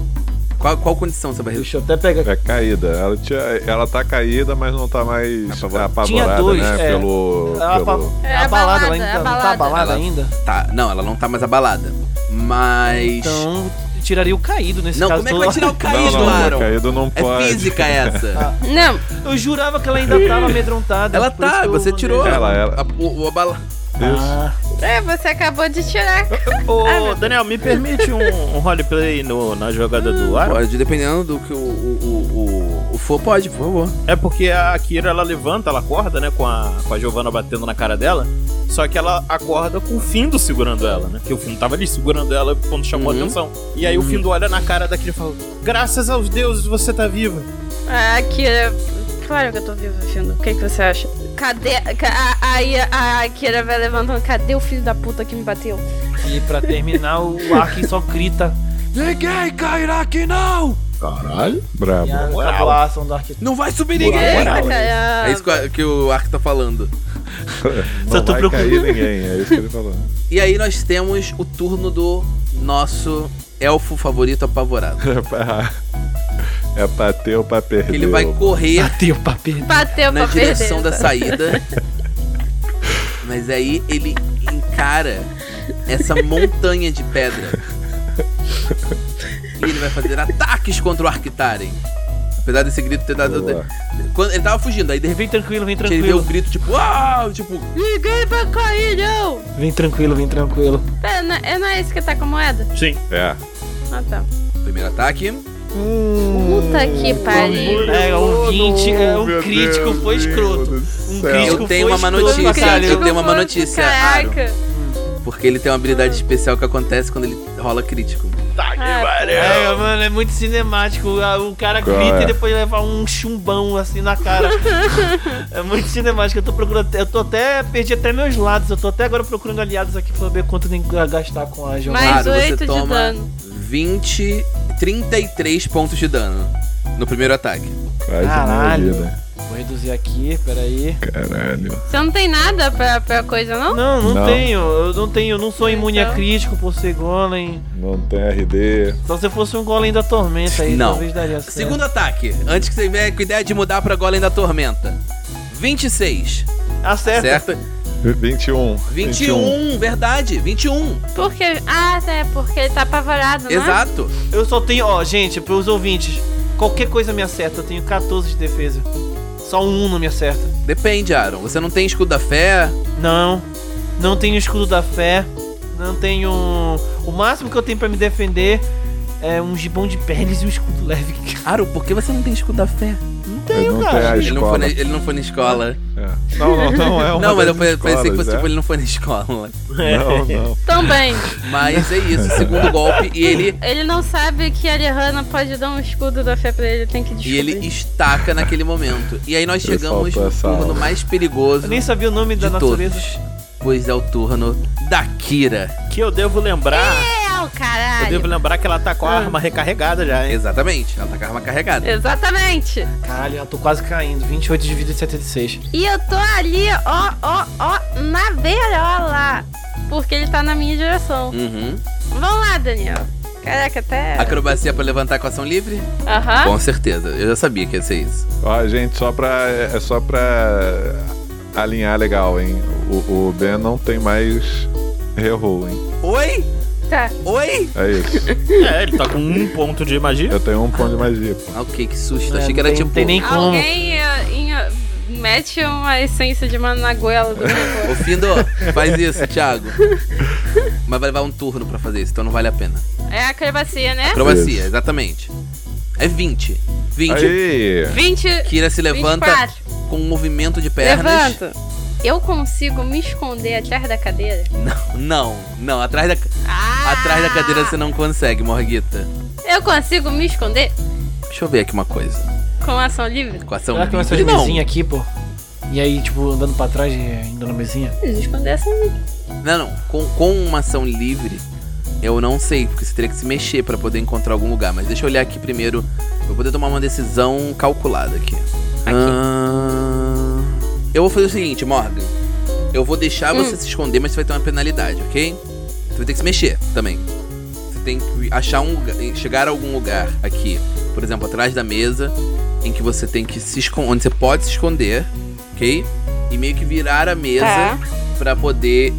Qual, qual condição você vai resolver?
Deixa eu até pegar
É caída. Ela, tinha, ela tá caída, mas não tá mais apavorada,
Tinha dois,
né?
é.
Pelo.
Ela
pelo...
apa-
É,
abalada,
abalada,
ela ainda não tá
abalada.
abalada
Ela-
ainda?
Tá, não, ela não tá mais abalada. Mas.
Então, eu tiraria o caído nesse
não,
caso.
como é que vai
todo.
tirar o
Não,
caído,
não,
Laron?
caído não
É
pode.
física essa.
Não,
Eu jurava que ela ainda tava amedrontada.
ela
por isso
tá,
que eu
você
mandei.
tirou.
Ela, ela.
A, o, o abala...
Isso.
Ah.
é, você acabou de tirar.
Ô,
Ah,
Daniel, me permite um, um roleplay no, na jogada do ar?
Pode, dependendo do que o, o, o, o, o for, pode, por favor.
É porque a Akira ela levanta, ela acorda, né? Com a, com a Giovanna batendo na cara dela. Só que ela acorda com o Findo segurando ela, né? Porque o Findo tava ali segurando ela quando chamou
Uhum.
a atenção. E aí o Findo olha na cara da Akira e fala: Graças aos deuses você tá viva.
Ah, Akira. Claro que eu tô viva, Findo. O que, que você acha? Cadê. ca- a- Aí a, a Akira vai levantando. Cadê o filho da puta que me bateu?
E pra terminar, o Aki só grita. Ninguém cairá aqui não!
Caralho.
E
Tá
Brabo.
a-
é
Moral.
acabou a ação do Aki.
Não vai subir
ninguém.
ninguém!
moral,
Eita,
né?
cara.
É isso que, que o Ark tá falando.
Não
Só tô
vai
preocupado.
cair ninguém, é isso que ele falou.
E aí nós temos o turno do nosso elfo favorito apavorado.
É pra, é pra ter ou pra perder.
Ele vai correr
Bateu pra perder.
Bateu
na
pra perder.
direção da saída. Mas aí ele encara essa montanha de pedra. E ele vai fazer ataques contra o Arctaren. Apesar desse grito ter dado.
Boa.
Quando ele tava fugindo, aí de repente
Vem tranquilo, vem
ele deu um
tranquilo.
grito tipo, uau! Tipo,
Ninguém vai cair, não!
Vem tranquilo, vem tranquilo.
Pera, não, é, não é esse que tá com a moeda?
Sim.
É.
Ah, tá.
primeiro ataque. Hum.
Puta que pariu.
É, um 20, é um
Oh, Meu
crítico,
Deus
foi
do
escroto. Um
céu.
crítico
Eu tenho
foi
uma má
escroto
notícia,
pra caralho.
eu tenho uma má
Crítico,
notícia,
Caraca.
Porque ele tem uma habilidade
Uhum.
especial que acontece quando ele rola crítico.
Tá que
Ah,
pariu.
É, mano, é muito cinemático. Ah, O cara
Qual
grita
é?
e depois leva um chumbão assim na cara. é muito cinemático. Eu tô procurando. Eu tô até. Perdi até meus lados. Eu tô até agora procurando aliados aqui pra ver quanto tem que gastar com a Giovanna.
Mais
Claro, você
oito de
toma
dano.
20, 33 pontos de dano no primeiro ataque.
Quase
Caralho.
minha vida.
Vou reduzir aqui, peraí.
Caralho.
Você não tem nada pra, pra coisa, não?
Não, não,
Não.
tenho. Eu não tenho. Eu não sou imune a
Então.
crítico por ser golem.
Não tem RD.
Só se eu fosse um golem da tormenta aí,
Não.
talvez daria certo.
Segundo ataque, antes que você venha com a ideia de mudar pra Golem da Tormenta. 26,
É.
Acerta.
certo?
21.
21, verdade, 21.
Porque. Ah, é porque ele tá apavorado, né?
Exato.
Eu só tenho, ó, gente, pros ouvintes, qualquer coisa me acerta. Eu tenho 14 de defesa. Só um não me acerta.
Depende, Aaron. Você não tem escudo da fé.
Não, não tenho escudo da fé, não tenho. O máximo que eu tenho pra me defender é um gibão de peles e um escudo leve.
Aaron, por que você não tem escudo da fé?
Não não tenho,
não
cara.
tem a
Ele não, foi na,
É escola.
ele não foi na escola.
É. Não, não, não é uma
não, mas eu
das
pe- pensei que
escolas,
fosse
é?
tipo, ele não foi na escola.
tipo
Não, não.
Também.
Mas é isso, segundo golpe, e ele,
Ele não sabe que a Rihanna pode dar um escudo da fé pra ele, ele tem que
e
descobrir.
ele estaca naquele momento. E aí nós
Ele
chegamos
faltou
no
essa
turno
aula.
mais perigoso
Eu nem sabia o nome da
de
natureza.
todos. Pois é o turno da Kira.
Que eu devo lembrar.
É, o
Eu
caralho.
devo lembrar que ela tá
É.
com a arma recarregada já, hein?
Exatamente, ela tá com a arma carregada.
Exatamente.
Caralho, eu tô quase caindo. 28 de vida e 76.
E eu tô ali, ó, ó, ó, na beirola. Porque ele tá na minha direção.
Uhum.
Vamos lá, Daniel. Caraca, até.
Acrobacia pra levantar com ação livre?
Aham.
Com certeza, eu já sabia que ia ser isso.
Ó, gente, só pra, é só pra alinhar legal, hein? O, o Ben não tem mais reroll, hein?
Oi?
Tá.
Oi?
É isso.
É, ele tá com um ponto de magia.
Eu tenho um ponto de magia.
Ah, ok, que susto.
É,
Achei
não
que era
tem-
tipo.
tem nem- Como?
Alguém eh, em- eh, mete uma essência de uma na goela do
Ô, Findo, faz isso, Thiago. Mas vai levar um turno pra fazer isso, então não vale a pena.
É a acrobacia, né?
Acrobacia,
Isso.
exatamente. É 20. 20.
Aí!
20.
Kira se levanta
24.
com um movimento de pernas.
Levanta. Eu consigo me esconder atrás da cadeira?
Não, não, atrás da,
Ah!
atrás da cadeira você não consegue, Morguita.
Eu consigo me esconder
Deixa eu ver aqui uma coisa.
com ação livre?
Com ação
Será que vai ser
livre, não.
mesinha aqui, pô? E aí, tipo, andando pra trás e indo na mesinha?
Mas Esconder ação livre.
Não, não. Com, com uma ação livre, eu não sei, porque você teria que se mexer pra poder encontrar algum lugar. Mas deixa eu olhar aqui primeiro. Eu vou poder tomar uma decisão calculada aqui. Ah. Ahn, eu vou fazer o seguinte, Morgan. Eu vou deixar você se esconder, mas você vai ter uma penalidade, ok? Você vai ter que se mexer também. Você tem que achar um lugar, chegar a algum lugar aqui, por exemplo, atrás da mesa, em que você tem que se esconder, onde você pode se esconder, ok? E meio que virar a mesa
Tá.
pra poder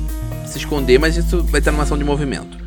se esconder, mas isso vai estar numa ação de movimento.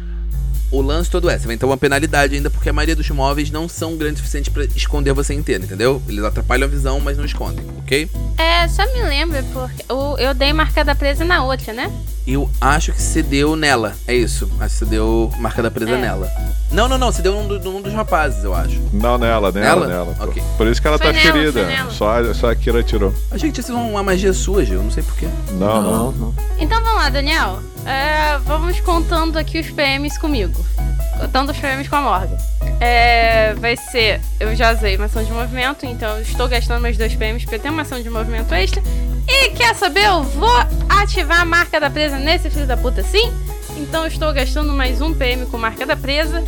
O lance todo é, você vai ter uma penalidade ainda, porque a maioria dos móveis não são grandes o suficiente pra esconder você inteiro, entendeu? Eles atrapalham a visão, mas não escondem, ok?
É, só me lembra, porque eu, eu dei marcada presa na outra, né?
Eu acho que você deu nela, é isso. Acho que você deu marca da presa
É.
nela. Não, não, não, você deu num, do- num dos rapazes, eu acho.
Não, nela,
Nela?
nela, nela. pô.
Ok.
Por isso que ela
Foi
tá
nela, foi
ferida.
nela.
Só, só a Kira tirou.
Achei que tinha sido um- uma magia sua, Gil, não sei porquê.
Não, não.
Então vamos lá, Daniel. É, vamos contando aqui os PMs comigo. Contando os PMs com a Morgan. É, vai ser. Eu já usei uma ação de movimento, então eu estou gastando meus dois PMs porque eu tenho uma ação de movimento extra. E quer saber? Eu vou ativar a marca da presa nesse filho da puta, sim? Então eu estou gastando mais um PM com marca da presa.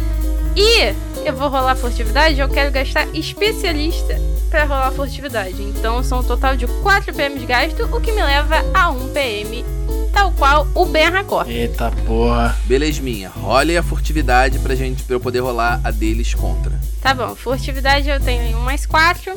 E eu vou rolar furtividade, eu quero gastar especialista pra rolar furtividade. Então são um total de 4 PMs gasto, o que me leva a 1 PM, tal qual o Ben Racor.
É.
Eita porra.
Belezminha, role a furtividade pra gente, pra eu poder rolar a deles contra.
Tá bom, furtividade eu tenho em 1 mais 4,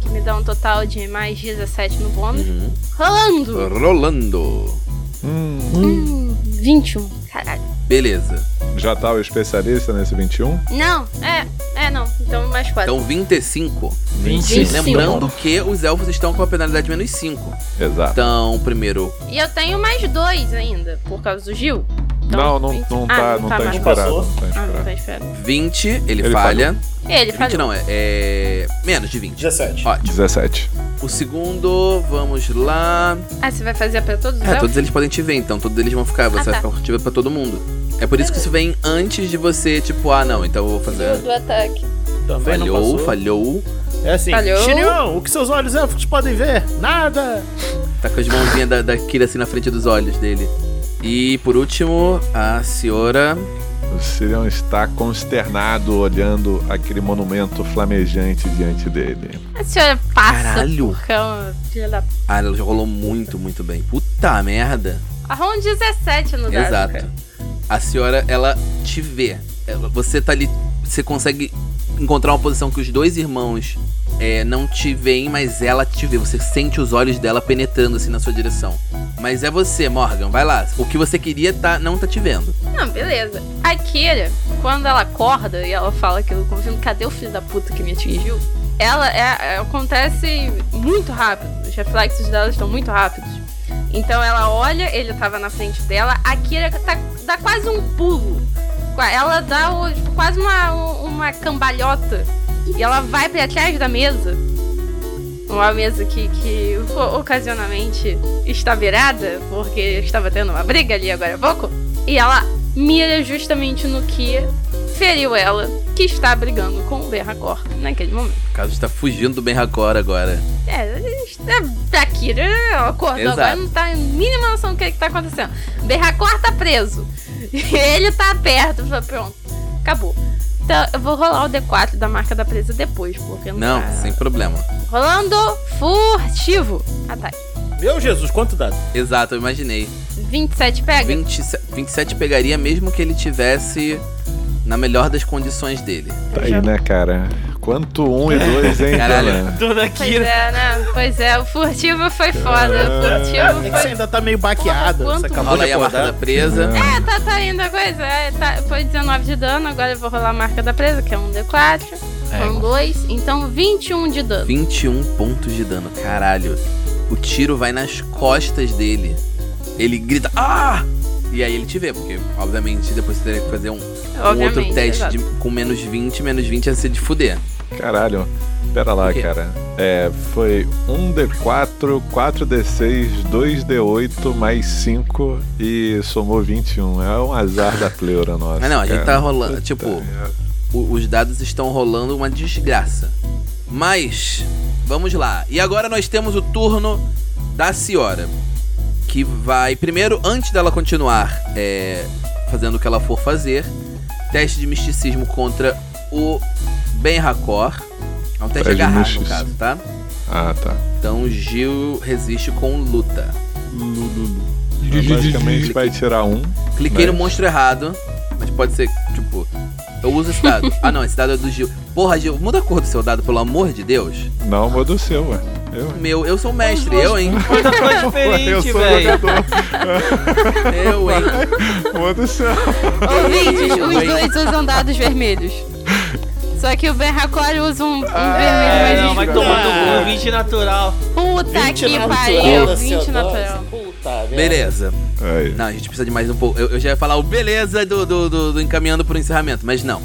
que me dá um total de mais 17 no bônus.
Uhum.
Rolando!
Rolando.
Hum,
Hum, 21. Caralho.
Beleza.
já tá o especialista nesse 21?
Não, é, é não. Então mais 4.
Então 25.
25.
Lembrando que os elfos estão com a penalidade menos 5.
Exato.
Então, primeiro.
E eu tenho mais 2 ainda, por causa do Gil.
Não,
Então,
não,
20.
não
Ah,
tá, não tá
mais.
inspirado.
Passou.
Não tá
Ah, não
inspirado.
tá esperando.
20, ele,
Ele
falha.
Ele
20
falou.
não, é, é. Menos de 20.
17.
Ótimo.
17.
O segundo, vamos lá.
Ah, você vai fazer pra todos os
É,
elfos?
todos eles podem te ver, então todos eles vão ficar. Você
Ah,
vai
tá.
ficar furtiva pra todo mundo. É por isso que isso vem antes de você, tipo, ah, não, então eu vou fazer.
Do ataque.
Também não
Falhou,
passou.
falhou.
É assim.
Falhou.
Shiryu, o que seus olhos élficos podem ver? Nada.
Tá com as mãozinhas da, da Kira assim na frente dos olhos dele. E por último, a senhora.
O Sirion está consternado olhando aquele monumento flamejante diante dele.
A senhora passa
Caralho.
por cama, filha da...
Ah, ela rolou muito, muito bem. Puta merda.
Arruma um 17 no dado.
Exato. A senhora, ela te vê. Ela- você tá ali. Você consegue encontrar uma posição que os dois irmãos é, não te veem, mas ela te vê. Você sente os olhos dela penetrando assim na sua direção. Mas é você, Morgan, vai lá. O que você queria tá, não tá te vendo.
Não, beleza. A Kira, quando ela acorda e ela fala aquilo com o filme, cadê o filho da puta que me atingiu? Ela é, é- acontece muito rápido. Os reflexos dela estão muito rápidos. Então ela olha, ele tava na frente dela, a Kira tá- dá quase um pulo. Qua- Ela dá o- tipo, quase uma, uma cambalhota. E ela vai pra trás da mesa. Uma mesa que, que o- ocasionalmente está virada, porque estava tendo uma briga ali agora há pouco. E ela mira justamente no que feriu ela, que está brigando com o Berracor naquele momento.
O caso está fugindo do Ben Hakor agora.
É, está daqui, né? Ela acordou
Exato.
agora, não tá em mínima noção do que, que tá acontecendo. Berracor tá preso. Ele tá perto. Pronto, acabou. Então, eu vou rolar o D4 da marca da presa depois, porque não,
Não,
tá-
sem problema.
Rolando furtivo. Ah, tá. Ataque.
Meu Jesus, quanto dá?
Exato, eu imaginei.
27 pega?
27, 27 pegaria mesmo que ele tivesse na melhor das condições dele.
Tá aí, né, cara? Quanto um e dois, hein,
Caralho.
cara?
Dona
Pois
Kira.
é, né? Pois é, o furtivo foi foda. O
É
furtivo
que você
foi.
ainda tá meio baqueado.
Porra,
você
quanto-
acabou
Rola
de
aí a marca da
acordar.
presa.
É, tá, tá indo a coisa. É, tá, foi 19 de dano, agora eu vou rolar a marca da presa, que é um D4.
É,
São dois, então 21 de dano.
21 pontos de dano, caralho. O tiro vai nas costas dele. Ele grita, ah! E aí ele te vê, porque obviamente depois você teria que fazer um, um
Obviamente.
outro teste
exato.
de- com menos 20, menos 20 ia ser de fuder.
Caralho. Pera lá,
O quê?
cara. É, foi 1D4, 4D6, 2D8, mais 5 e somou 21. É um azar da pleura nossa.
Ah não, a gente
cara.
tá rolando, tipo, o- os dados estão rolando uma desgraça. Mas, vamos lá. E agora nós temos o turno da senhora. Que vai, primeiro, antes dela continuar é, fazendo o que ela for fazer, teste de misticismo contra o Ben Hakor. É um teste
Teste de
agarrado, no
misticismo.
caso, tá?
Ah, tá.
Então Gil resiste com luta.
Basicamente vai tirar um.
Cliquei no
Mas-
monstro errado, mas pode ser, tipo, eu uso esse dado. ah não, esse dado é do Gil. Porra, Gil, muda a cor do seu dado, pelo amor de Deus.
Não, muda o é seu, ué. Eu,
Meu, eu sou o mestre, eu, hein?
Coisa foi
eu
diferente,
sou
velho.
jogador.
Eu, hein?
Muda o é seu.
um
Ouvintes, os
Oi.
dois usam dados vermelhos. Só que o Berracor usa um, um
É,
vermelho
não,
mais
vai
escuro.
tomar no cu, 20 natural.
Puta que
é natural,
pariu,
seu
20
doce.
natural.
Puta, velho.
Beleza.
Aí.
Não, a gente precisa de mais um pouco. Eu, eu já ia falar o beleza do, do, do, do encaminhando pro encerramento, mas não.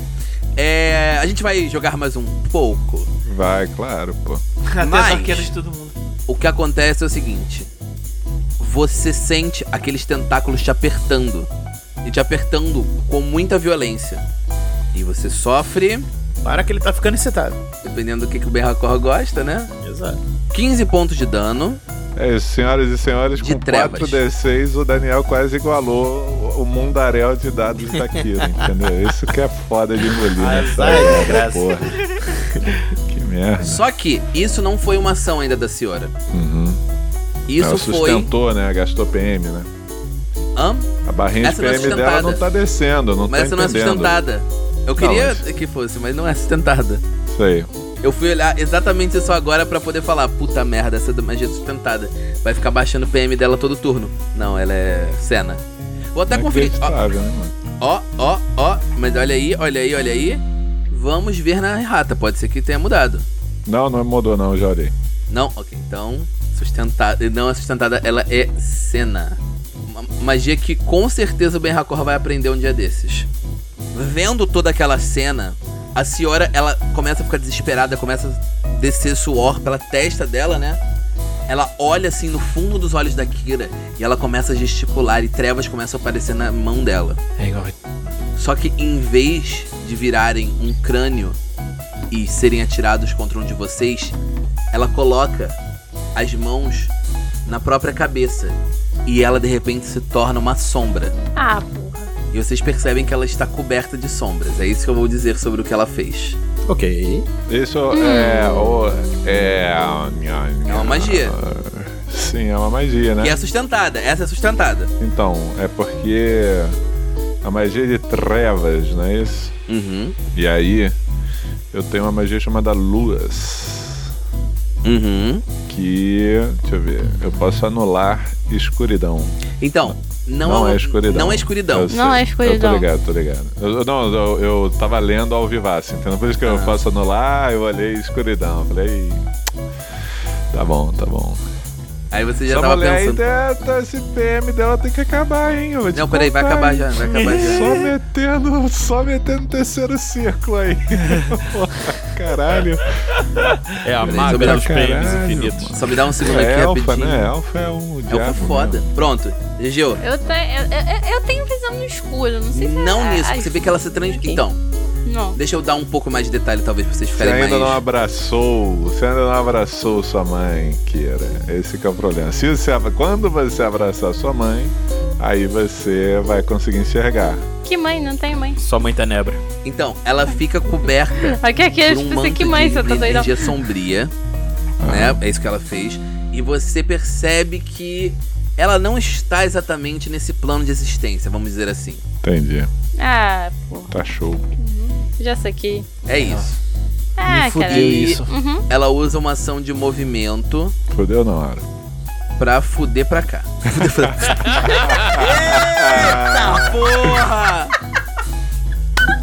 É. A gente vai jogar mais um pouco.
Vai, claro, pô.
Até
Mas-
as arqueiras de todo mundo.
O que acontece é o seguinte: você sente aqueles tentáculos te apertando. E te apertando com muita violência. E você sofre,
Para que ele tá ficando excitado.
dependendo do que, que o Berracor gosta, né?
Exato.
15 pontos de dano.
É isso, senhoras e senhores,
De
com
trevas.
4D6 o Daniel quase igualou o- o mundaréu de dados da Kira, entendeu? Isso que é foda de engolir.
Ah,
nessa
vai,
vida,
desgraça.
porra. Que merda.
Só que isso não foi uma ação ainda da senhora.
Uhum.
Isso
Ela
foi.
sustentou, né? Gastou PM, né?
Hã?
A barrinha
Essa
de
não é
PM dela não
sustentada.
tá descendo, não
Mas
tá
essa não é
entendendo.
sustentada. Eu queria que fosse, mas não é sustentada.
Isso aí.
Eu fui olhar exatamente isso agora pra poder falar, puta merda, essa é da magia sustentada. Vai ficar baixando o PM dela todo turno. Não, ela é cena. Vou até conferir. Tá Ó,
É Inacreditável, né, mano?
ó, ó, ó. Mas olha aí, olha aí, olha aí. Vamos ver na errata. Pode ser que tenha mudado.
Não, não mudou não, já olhei.
Não, ok. Então, sustentada. Não é sustentada, ela é cena. Uma magia que com certeza o Ben Hakor vai aprender um dia desses. Vendo toda aquela cena, a senhora ela começa a ficar desesperada, começa a descer suor pela testa dela, né? Ela olha assim no fundo dos olhos da Kira e ela começa a gesticular e trevas começam a aparecer na mão dela.
É
Só que em vez de virarem um crânio e serem atirados contra um de vocês, ela coloca as mãos na própria cabeça e ela de repente se torna uma sombra.
Ah, porra.
E vocês percebem que ela está coberta de sombras. É isso que eu vou dizer sobre o que ela fez.
Ok.
Isso é, o, é...
Hum. É uma magia.
Sim, é uma magia, né?
E é sustentada, essa é sustentada.
Então, é porque a magia de trevas, não é isso?
Uhum.
E aí, eu tenho uma magia chamada Luas.
Uhum.
Que. Deixa eu ver. Eu posso anular escuridão.
Então, não,
Não
é,
é escuridão.
Não é escuridão.
Eu sei.
Não é escuridão.
Eu tô ligado, tô ligado. Eu, eu- não, eu, eu tava lendo ao vivasse, entendeu? Por isso que eu
Ah.
posso anular, eu olhei escuridão. eu Falei. "Ih, Tá bom, tá bom.
Aí você já
Essa
tava
mulher
pensando.
aí, dela, esse PM dela tem que acabar, hein? Eu vou te
Não, peraí, vai
contar,
acabar
hein?
já, vai acabar já.
Só metendo, só metendo o terceiro círculo aí. Porra, caralho.
É a
Beleza,
magra dos
caralho.
prêmios infinitos.
Só me dá um segundo
É
aqui
elfa,
rapidinho.
né? Elfa é um
É o
diabo.
que foda. Pronto, Geo,
Eu, te, eu, eu, eu tenho visão no escuro, não sei se
não
é,
nisso,
é-
porque você vê que ela se trans...
Ok.
Então,
Não.
deixa eu dar um pouco mais de detalhe, talvez, pra vocês
Você
ficarem
ainda
mais...
não abraçou, você ainda não abraçou sua mãe, Kira. Esse que é o problema. Se você, abra- quando você abraçar sua mãe, aí você vai conseguir enxergar.
Que mãe? Não tem mãe.
Só mãe tá tenebra.
Então, ela fica coberta
Aqui, aqui,
por
eu
um
pensei
manto
que mãe,
de
você tá doidão.
energia sombria, né? É isso que ela fez. E você percebe que ela não está exatamente nesse plano de existência, vamos dizer assim.
Entendi.
Ah, porra,
Tá show.
já saquei.
É isso.
Ah,
Me fudeu
cara.
isso.
Uhum.
Ela usa uma ação de movimento
Fudeu na hora.
pra fuder pra cá. Fuder pra cá. Eita porra!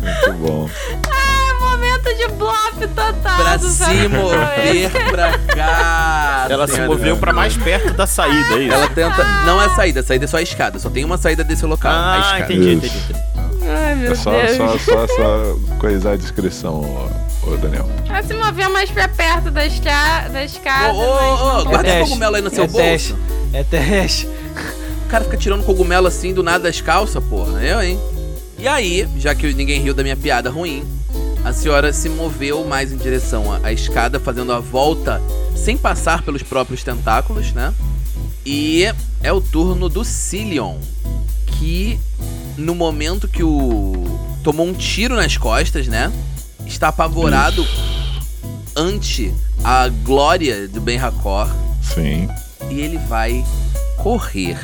Muito bom.
Ah, momento de blop total.
Pra
do
se
Zaratostra.
mover pra cá.
Ela se
senhoras e
moveu pra mais perto da saída, é isso?
Ela tenta. Não é a saída, a saída é só a escada. Só tem uma saída desse local. a
Ah,
escada.
entendi,
Isso.
entendi. entendi.
Ai, meu
É só,
Deus.
só, só, só coisar a descrição, ô, ô Daniel.
Ela se moveu mais pra perto da, esca da
Ô,
escada. mas
ô, ô,
não deu.
guarda
É
o
teste,
cogumelo aí no seu
é
bolso.
teste. É teste.
O cara fica tirando cogumelo assim do nada das calças, porra. É Eu, hein? E aí, já que ninguém riu da minha piada ruim, a senhora se moveu mais em direção à, à escada, fazendo a volta sem passar pelos próprios tentáculos, né? E é o turno do Cilion, que no momento que o tomou um tiro nas costas, né? Está apavorado ante a glória do Ben Hakor
Sim.
e ele vai correr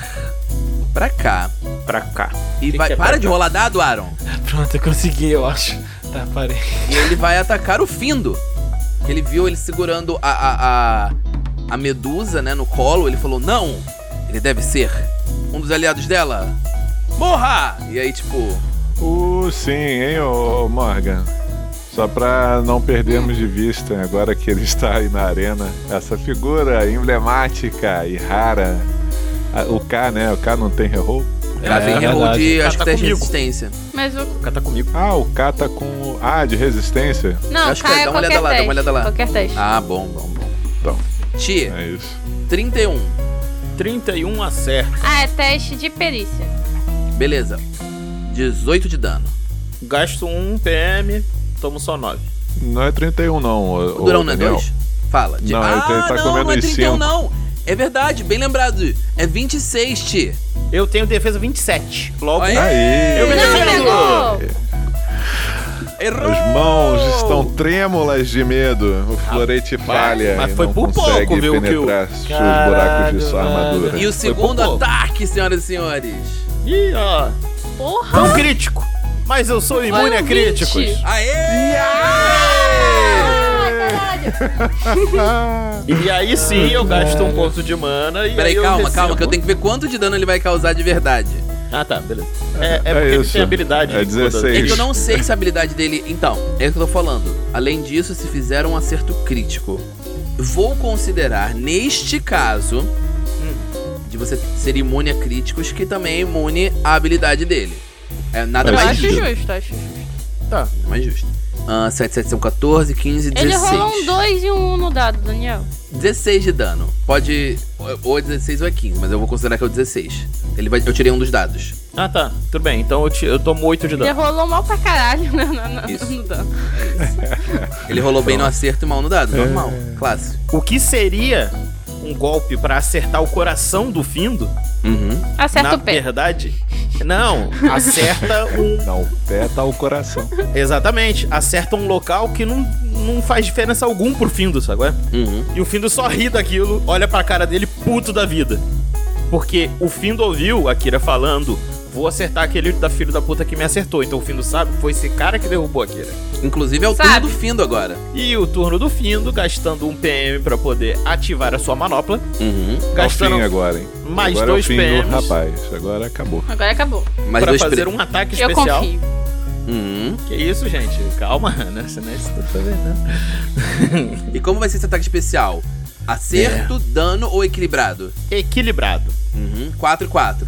pra cá.
Pra cá.
E
Que
vai.
que é pra
para de
cá?
rolar dado, Aaron.
Pronto, eu consegui, eu acho. Tá, parei.
E ele vai atacar o Findo. Que ele viu ele segurando a, a, a, a medusa, né, no colo. Ele falou: Não, ele deve ser um dos aliados dela. Morra! E aí, tipo,
Uh, sim, hein, ô ô, Morgan? Só pra não perdermos de vista, agora que ele está aí na arena, essa figura emblemática e rara, a- o K, né? O K não tem reroll?
cara, tem
é
reroll de,
verdade.
acho que
Tá
teste de
comigo.
resistência.
Mas o.
O cara tá comigo.
Ah, o K tá com. o- Ah, de resistência?
Não,
Acho que
Caio,
é, dá uma
qualquer
olhada lá, dá
teste.
uma olhada lá.
Qualquer teste.
Ah, bom, bom, bom.
Então,
Ti,
é isso.
31.
31 acerta.
Ah, é teste de perícia.
Beleza. 18 de dano.
Gasto 1 PM, tomo só 9.
Não é 31, não. O,
O Durão não é dois? Fala.
Não, ele tá- ele tá
não,
comendo
não é
em
31
cinco.
não. É verdade, bem lembrado. É 26, Ti.
Eu tenho defesa 27. Logo,
Aí.
Aí!
Eu me
Não,
defendo.
pegou!
Errou!
As mãos estão trêmulas de medo. O florete falha.
Ah, mas
e
foi
não
por pouco,
consegue
viu, que o-
penetrar seus buracos
Caralho,
de sua armadura.
E o
Foi
segundo
por pouco.
ataque, senhoras e senhores.
Ih, ó.
Porra!
Não crítico. Mas eu sou imune
Foi
a
um
críticos.
20.
Aê! É.
Ah,
E aí sim, eu gasto um ponto de mana e
Peraí,
aí eu
calma,
recebo-
calma, que eu tenho que ver quanto de dano ele vai causar de verdade.
Ah, tá, beleza. É, é
É
porque ele
isso.
tem habilidade.
É
de
16.
É
foda-se.
que
Isso.
eu não sei se a habilidade dele. Então, é o que eu tô falando. Além disso, se fizer um acerto crítico, vou considerar, neste caso, de você ser imune a críticos, que também é imune à habilidade dele. É nada
Eu
mais
acho
justo.
justo, acho justo.
Tá.
Mais justo. Ah, 7, 7 são 14, 15, 16.
Ele rolou um 2 e um 1 no dado, Daniel. 16
16 de dano. Pode. Ou é 16 ou é 15, mas eu vou considerar que é o 16. Ele vai, eu tirei um dos dados.
Ah, tá. Tudo bem. Então eu, te- eu tomo 8 de
Ele
dano.
rolou mal pra caralho né, no, no-
Isso.
no dado.
Ele rolou bem no acerto e mal no dado. Normal.
É.
Clássico.
O que seria um golpe pra acertar o coração do Findo?
Uhum.
Acerta
na
o pé.
verdade, não. Acerta um.
não, o pé tá o coração.
Exatamente. Acerta um local que não, não faz diferença algum pro Findo, sabe? é?
Uhum.
E o Findo só ri daquilo, olha pra cara dele puto da vida. Porque o Findo ouviu a Kira falando: Vou acertar aquele da filho da puta que me acertou. Então o Findo sabe que foi esse cara que derrubou a Kira.
Inclusive é o turno
Sabe.
do Findo agora.
E o turno do Findo, gastando um PM pra poder ativar a sua manopla.
Uhum.
É o
Gastando
fim agora, hein?
mais
agora
dois
é o fim
PMs
do rapaz. Agora acabou.
Agora acabou.
Mais
pra
dois
fazer
pre-
um ataque
Eu
especial.
confio.
Uhum.
Que isso, gente? Calma, né? Você não é isso que eu tô vendo.
E como vai ser esse ataque especial?
É.
Acerto, dano ou equilibrado?
Equilibrado.
Uhum. 4 e 4.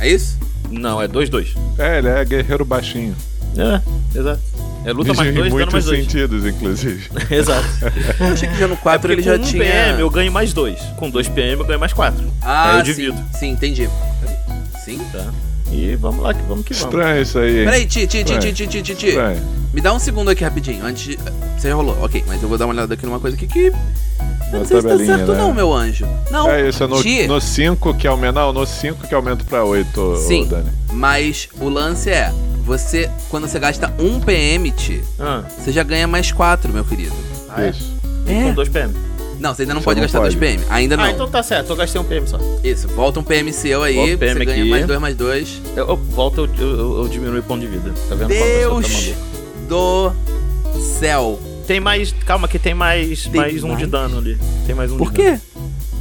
É isso?
Não, é 2-2.
É, ele é guerreiro baixinho.
É, exato. É luta
Em
mais dois, dano
muitos
mais dois.
sentidos, inclusive.
Exato.
Eu achei que já no
É
4
porque
ele
com
já
um
tinha.
PM eu ganho mais dois. Com dois PM eu ganho mais quatro.
Ah,
Aí eu
sim.
divido.
Sim, entendi. Sim?
Tá. E vamos lá, que vamos que vamos.
Estranho isso aí. hein?
Peraí, Ti, Ti, Ti,
Ué.
Ti, Ti, Ti, Ti, Ti.
Estranho.
Me dá um segundo aqui rapidinho, antes. de- Você já rolou, ok, mas eu vou dar uma olhada aqui numa coisa aqui que. Eu
Uma
não sei se tá
tabelinha,
certo,
né?
não, meu anjo. Não,
É isso, é no-
Ti,
no 5 que aumenta. Não, no 5 que aumenta pra 8,
Sim.
Dani.
mas o lance é: você, quando você gasta um PM, Ti,
Ah,
você já ganha mais 4, meu querido.
ah, é?
Isso.
E Com dois PM.
Não, você ainda não
Você
pode
não
gastar 2
pode.
PM. Ainda não.
Ah, então tá certo, eu gastei um PM só.
Isso, volta um PM seu aí,
Volta o
você
PM
ganha
aqui.
mais 2, mais 2.
Eu, eu volto, eu, eu, eu diminuo o ponto de vida. Tá vendo? como a pessoa
Deus
Tá maluca?
do céu.
tem mais. Calma, que tem mais,
Tem
mais um de
mais?
dano ali. Tem mais um
Por
de dano.
quê?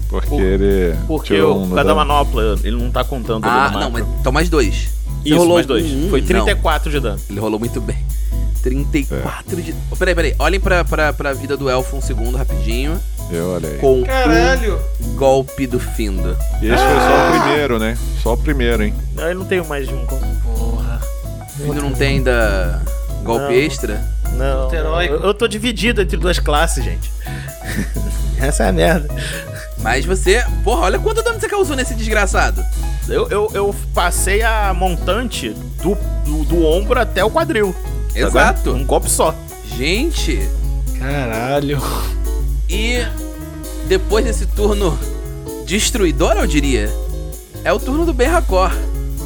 Porque
Por-
ele.
Porque
tirou
eu,
um
por
no
causa da
dano.
manopla, ele não tá contando
Ah,
ali no
não, mas
macro.
então mais 2.
Isso,
rolou
mais dois.
um,
Foi
não.
34 de dano.
Ele rolou muito bem. 34 de. Oh, peraí, peraí. Olhem pra, pra, pra vida do elfo um segundo rapidinho.
Eu olhei.
Com
Caralho!
o golpe do findo.
E esse foi
Ah!
só o primeiro, né? Só o primeiro, hein?
Não, eu não tenho mais de um.
Porra.
O findo não tem ainda golpe
Não.
extra?
Não.
Heróico.
Eu, eu tô dividido entre duas classes, gente. Essa é a merda.
Mas você. Porra, olha quanto dano você causou nesse desgraçado.
Eu, eu, eu passei a montante do, do, do ombro até o quadril. tá
Exato.
vendo? Um golpe só.
Gente.
Caralho.
E depois desse turno destruidor, eu diria, é o turno do Ben Racor.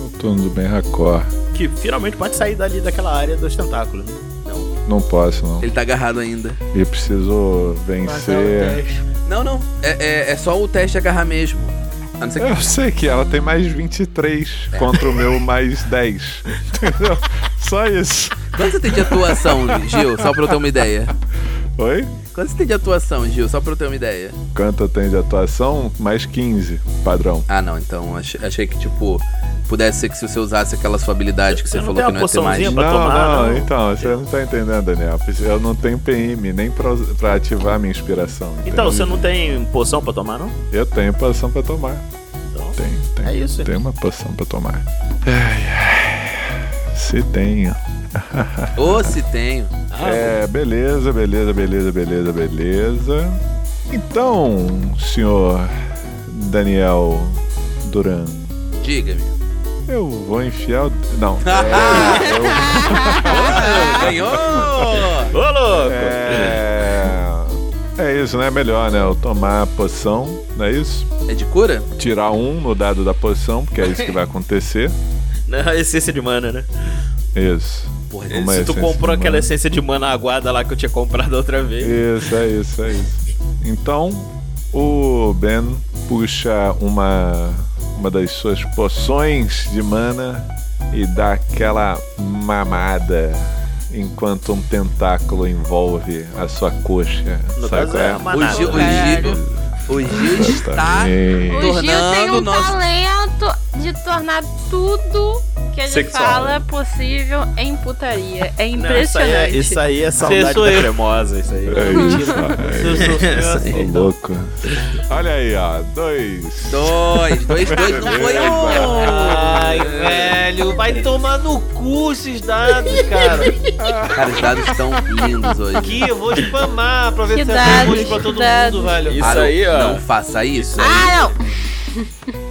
O turno do Ben Racor.
Que finalmente pode sair dali daquela área dos tentáculos. né?
Não posso, não.
Ele tá agarrado ainda.
E preciso
Marcelo
é
vencer.
10.
Não, não. É, é- é só o teste agarrar mesmo. A não ser que.
Eu sei que ela tem mais 23
É.
contra o meu mais 10. Entendeu? Só isso.
Quanto você tem de atuação, Gil? Só pra eu ter uma ideia.
Oi?
Quanto você tem de atuação, Gil? Só pra eu ter uma ideia.
Quanto eu tenho de atuação? Mais 15, padrão.
Ah, não. Então ach- achei que, tipo, pudesse ser que se você usasse aquela sua habilidade que
Você
você
não
falou
tem
que
uma
não ia ter mais.
poçãozinha
Não,
pra tomar, né?
não,
não.
então, você não tá entendendo, Daniel. Eu não tenho PM nem pra, us- pra ativar minha inspiração.
Então,
entendeu?
você não tem poção pra tomar, não?
Eu tenho poção pra tomar.
Então,
Tenho, tenho.
É isso.
Tenho uma poção pra tomar. Ai, ai. Se tenho.
Ou se tenho.
ah,
É, beleza, beleza, beleza, beleza, beleza. Então, senhor Daniel Duran,
Diga-me.
eu vou enfiar o. Não. É,
Ah, ganhou!
Ô, louco!
eu- é, é isso, né? Melhor, né? Eu tomar a poção, não é isso?
É de cura?
Tirar um no dado da poção, porque é isso que vai acontecer.
Não, essência de mana, né?
Isso.
Porra,
Uma
Se tu
é essência
comprou
de
aquela
mana.
essência de mana aguada lá que eu tinha comprado outra vez.
Isso, é isso, é isso. Então, o Ben puxa uma, uma das suas poções de mana e dá aquela mamada enquanto um tentáculo envolve a sua coxa.
No caso
Sabe qual
é tá. a
é? Tá.
O
manada.
Gil, o
Caralho.
Gil, o Gil está.
Exatamente.
O Gil tem
Tornando
um
o nosso-
talento de tornar tudo que ele
Sexual.
fala possível em putaria. É
Não, isso, aí é,
impressionante.
isso aí é saudade
sou
da
eu.
cremosa, isso aí.
É isso,
Uhum.
Eu
ó,
sou
é isso, ó, louco. Olha aí, ó. Dois.
Dois, dois, dois, não foi
Ai,
um.
velho, vai tomar no cu esses dados, cara.
Cara, os dados estão lindos hoje.
Aqui eu vou spamar pra ver
Que
se
dados,
é bom hoje pra
que
todo
dados.
mundo, velho.
Isso
Harold,
aí, ó.
Não faça isso.
Ah, não!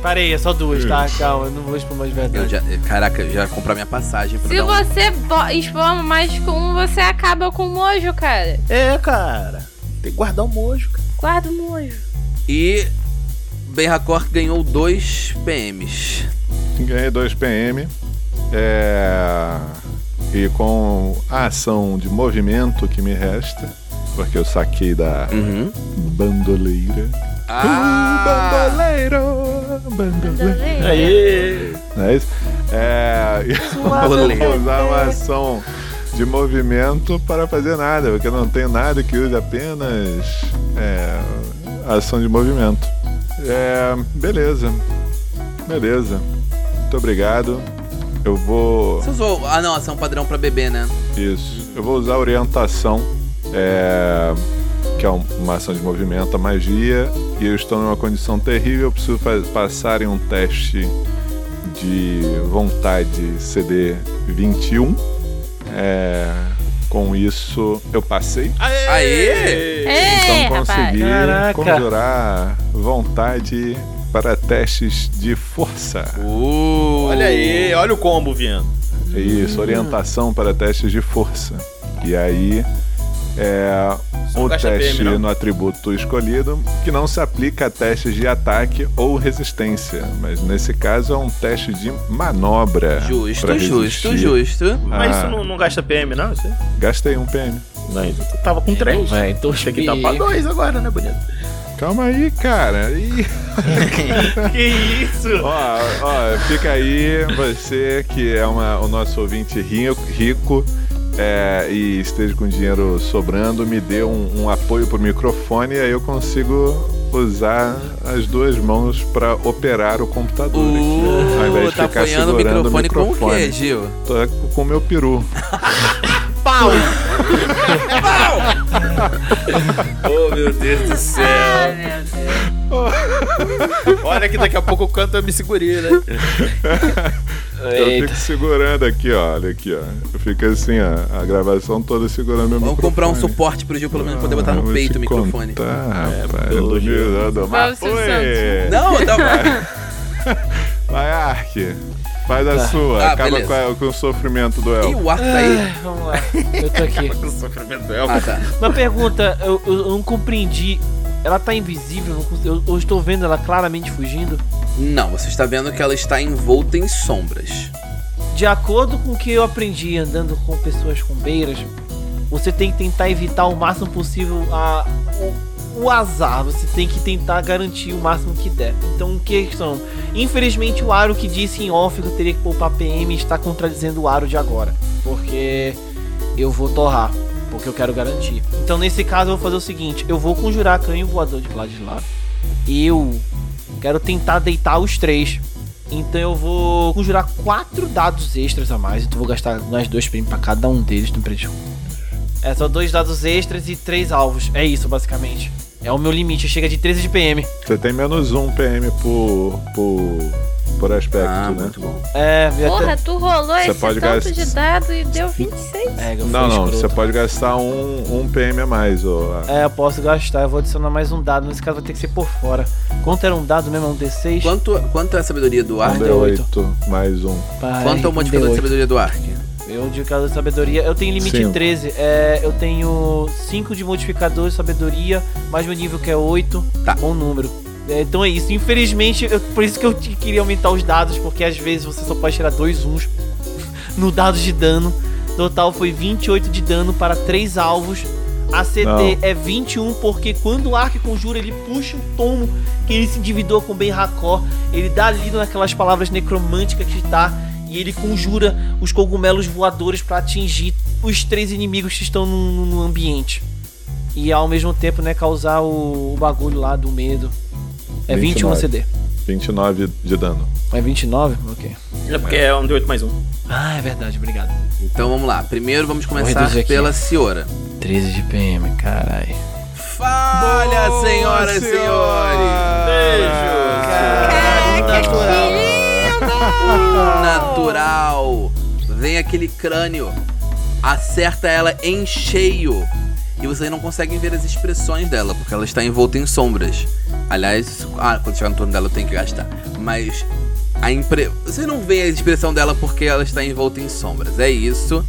Parei, é só duas, tá? Calma, eu não vou spamar de
Eu
verdade.
já, caraca, eu já vou comprar minha passagem pra
Se
dar um-
você bo- espalma mais com um, você acaba com o mojo, cara.
É, cara. Tem que guardar o mojo, cara.
Guarda o mojo.
E Ben Racor ganhou dois PMs.
Ganhei 2 PM. É... E com a ação de movimento que me resta, porque eu saquei da
Uhum.
bandoleira. Uhum,
Ah,
Bandoleiro! Bandoleiro!
Aí.
Não é isso? É... Eu vou usar uma ação de movimento para fazer nada, porque eu não tenho nada que use apenas é, ação de movimento. É, beleza. Beleza. Muito obrigado. Eu vou.
você usou. Ah, não, ação padrão pra bebê, né?
Isso. Eu vou usar orientação. É, que é um- uma ação de movimento, a magia, e eu estou em uma condição terrível, eu preciso fa- passar em um teste de vontade CD 21. É, com isso, eu passei.
Aê!
Ei,
então consegui
Caraca.
conjurar vontade para testes de força.
Uh,
Olha aí, olha o combo vindo.
É
Hum.
Isso, orientação para testes de força. E aí é
Você
o
não gasta
teste
PM, não.
no atributo escolhido, que não se aplica a testes de ataque ou resistência, mas nesse caso é um teste de manobra. pra
Justo,
resistir.
justo, justo.
Mas
Ah.
isso não, não gasta PM, não? Isso? aí?
Gastei um PM.
Não, isso tu tava com 3.
Vai, então
Tem que tá pra 2 agora, né, bonito?
Calma aí, cara. Ih.
que isso?
Ó, ó, fica aí você que é uma- o nosso ouvinte ri- rico é, e esteja com dinheiro sobrando, me dê um, um apoio pro microfone e aí eu consigo usar as duas mãos para operar o computador. aqui, ao invés
Uh,
de
tá
ficar
apanhando o
segurando
microfone, com
o
o quê,
microfone.
Gil?
Tô com o meu peru.
Pau!
Oh, meu Deus do céu.
Ah, meu Deus.
Olha que daqui a pouco eu canto a Missiguria, né?
Eu fico segurando aqui, ó. Olha aqui, ó. Eu fico assim, ó. A gravação toda segurando meu
Vamos
microfone.
comprar um suporte pro Gil, pelo menos, poder botar
Ah,
no
vou
peito
te
o microfone.
Contar, rapaz.
É, pelo
Eu dormi,
jeito.
eu dormi.
Vamos, Silvio
Oi!
Não, tá bom.
Vai, Ark. Faz a sua.
Ah,
Acaba
beleza.
com, a- com o sofrimento do
E
elfo.
o Arthur tá aí?
Ai, Vamos lá, eu tô aqui.
Ah, tá.
Uma pergunta, eu, eu- eu não compreendi. Ela tá invisível, eu não cons- eu, eu estou vendo ela claramente fugindo.
Não, você está vendo que ela está envolta em sombras.
De acordo com o que eu aprendi andando com pessoas com beiras, você tem que tentar evitar o máximo possível a, o, o azar. Você tem que tentar garantir o máximo que der. Então, questão. Infelizmente, o Aro que disse em off que eu teria que poupar PM está contradizendo o Aro de agora. Porque eu vou torrar. Porque eu quero garantir. Então, nesse caso, eu vou fazer o seguinte: eu vou conjurar canho voador de Vladislav. Eu quero tentar deitar os três. Então eu vou conjurar quatro dados extras a mais. Então eu vou gastar mais dois prêmios pra cada um deles no prejuízo. É só dois dados extras e três alvos. É isso, basicamente. É o meu limite. Chega de 13 de PM.
Você tem menos um PM por, por, por aspecto,
ah,
né?
muito bom.
É, eu até-
Porra, tu rolou
Você
esse
pode
tanto
gastar-
de dado e deu 26.
é, eu fui
Não, não.
escroto.
Você pode gastar um, um PM a mais. Ou,
É, eu posso gastar. Eu vou adicionar mais um dado. Nesse caso vai ter que ser por fora. Quanto era um dado mesmo? É um D6?
Quanto, quanto é a sabedoria do
um
Ark?
deu oito.
D8 mais um.
Pai,
Quanto é o
um
modificador de
D8.
sabedoria do Ark?
Eu de casa de sabedoria, eu tenho limite
Cinco.
13. É, eu tenho 5 de modificador de sabedoria, mais meu nível que é 8.
Tá.
Bom número. É, então é isso. Infelizmente, eu- por isso que eu te- queria aumentar os dados, porque às vezes você só pode tirar dois uns no dado de dano. Total foi 28 de dano para três alvos. A CD
Não.
é 21, porque quando o Ark conjura, ele puxa o tomo que ele se endividou com Ben Hakor. Ele dá lido naquelas palavras necromânticas que tá. E ele conjura os cogumelos voadores pra atingir os três inimigos que estão no, no- no ambiente. E ao mesmo tempo, né, causar o, o bagulho lá do medo. É 21
29.
CD.
29 de dano.
É 29? Ok.
É porque é um D8 mais um.
Ah, é verdade, obrigado.
Então vamos lá. Primeiro vamos começar
reduzir aqui.
pela Ciora.
13 de PM, carai.
Falha, senhoras e senhores!
Ah,
Caraca, que lindo!
Natural! Vem aquele crânio, acerta ela em cheio. E vocês não conseguem ver as expressões dela, porque ela está envolta em sombras. Aliás, ah, quando chegar no turno dela eu tenho que gastar. Mas a impre... Você não vê a expressão dela porque ela está envolta em sombras. É isso.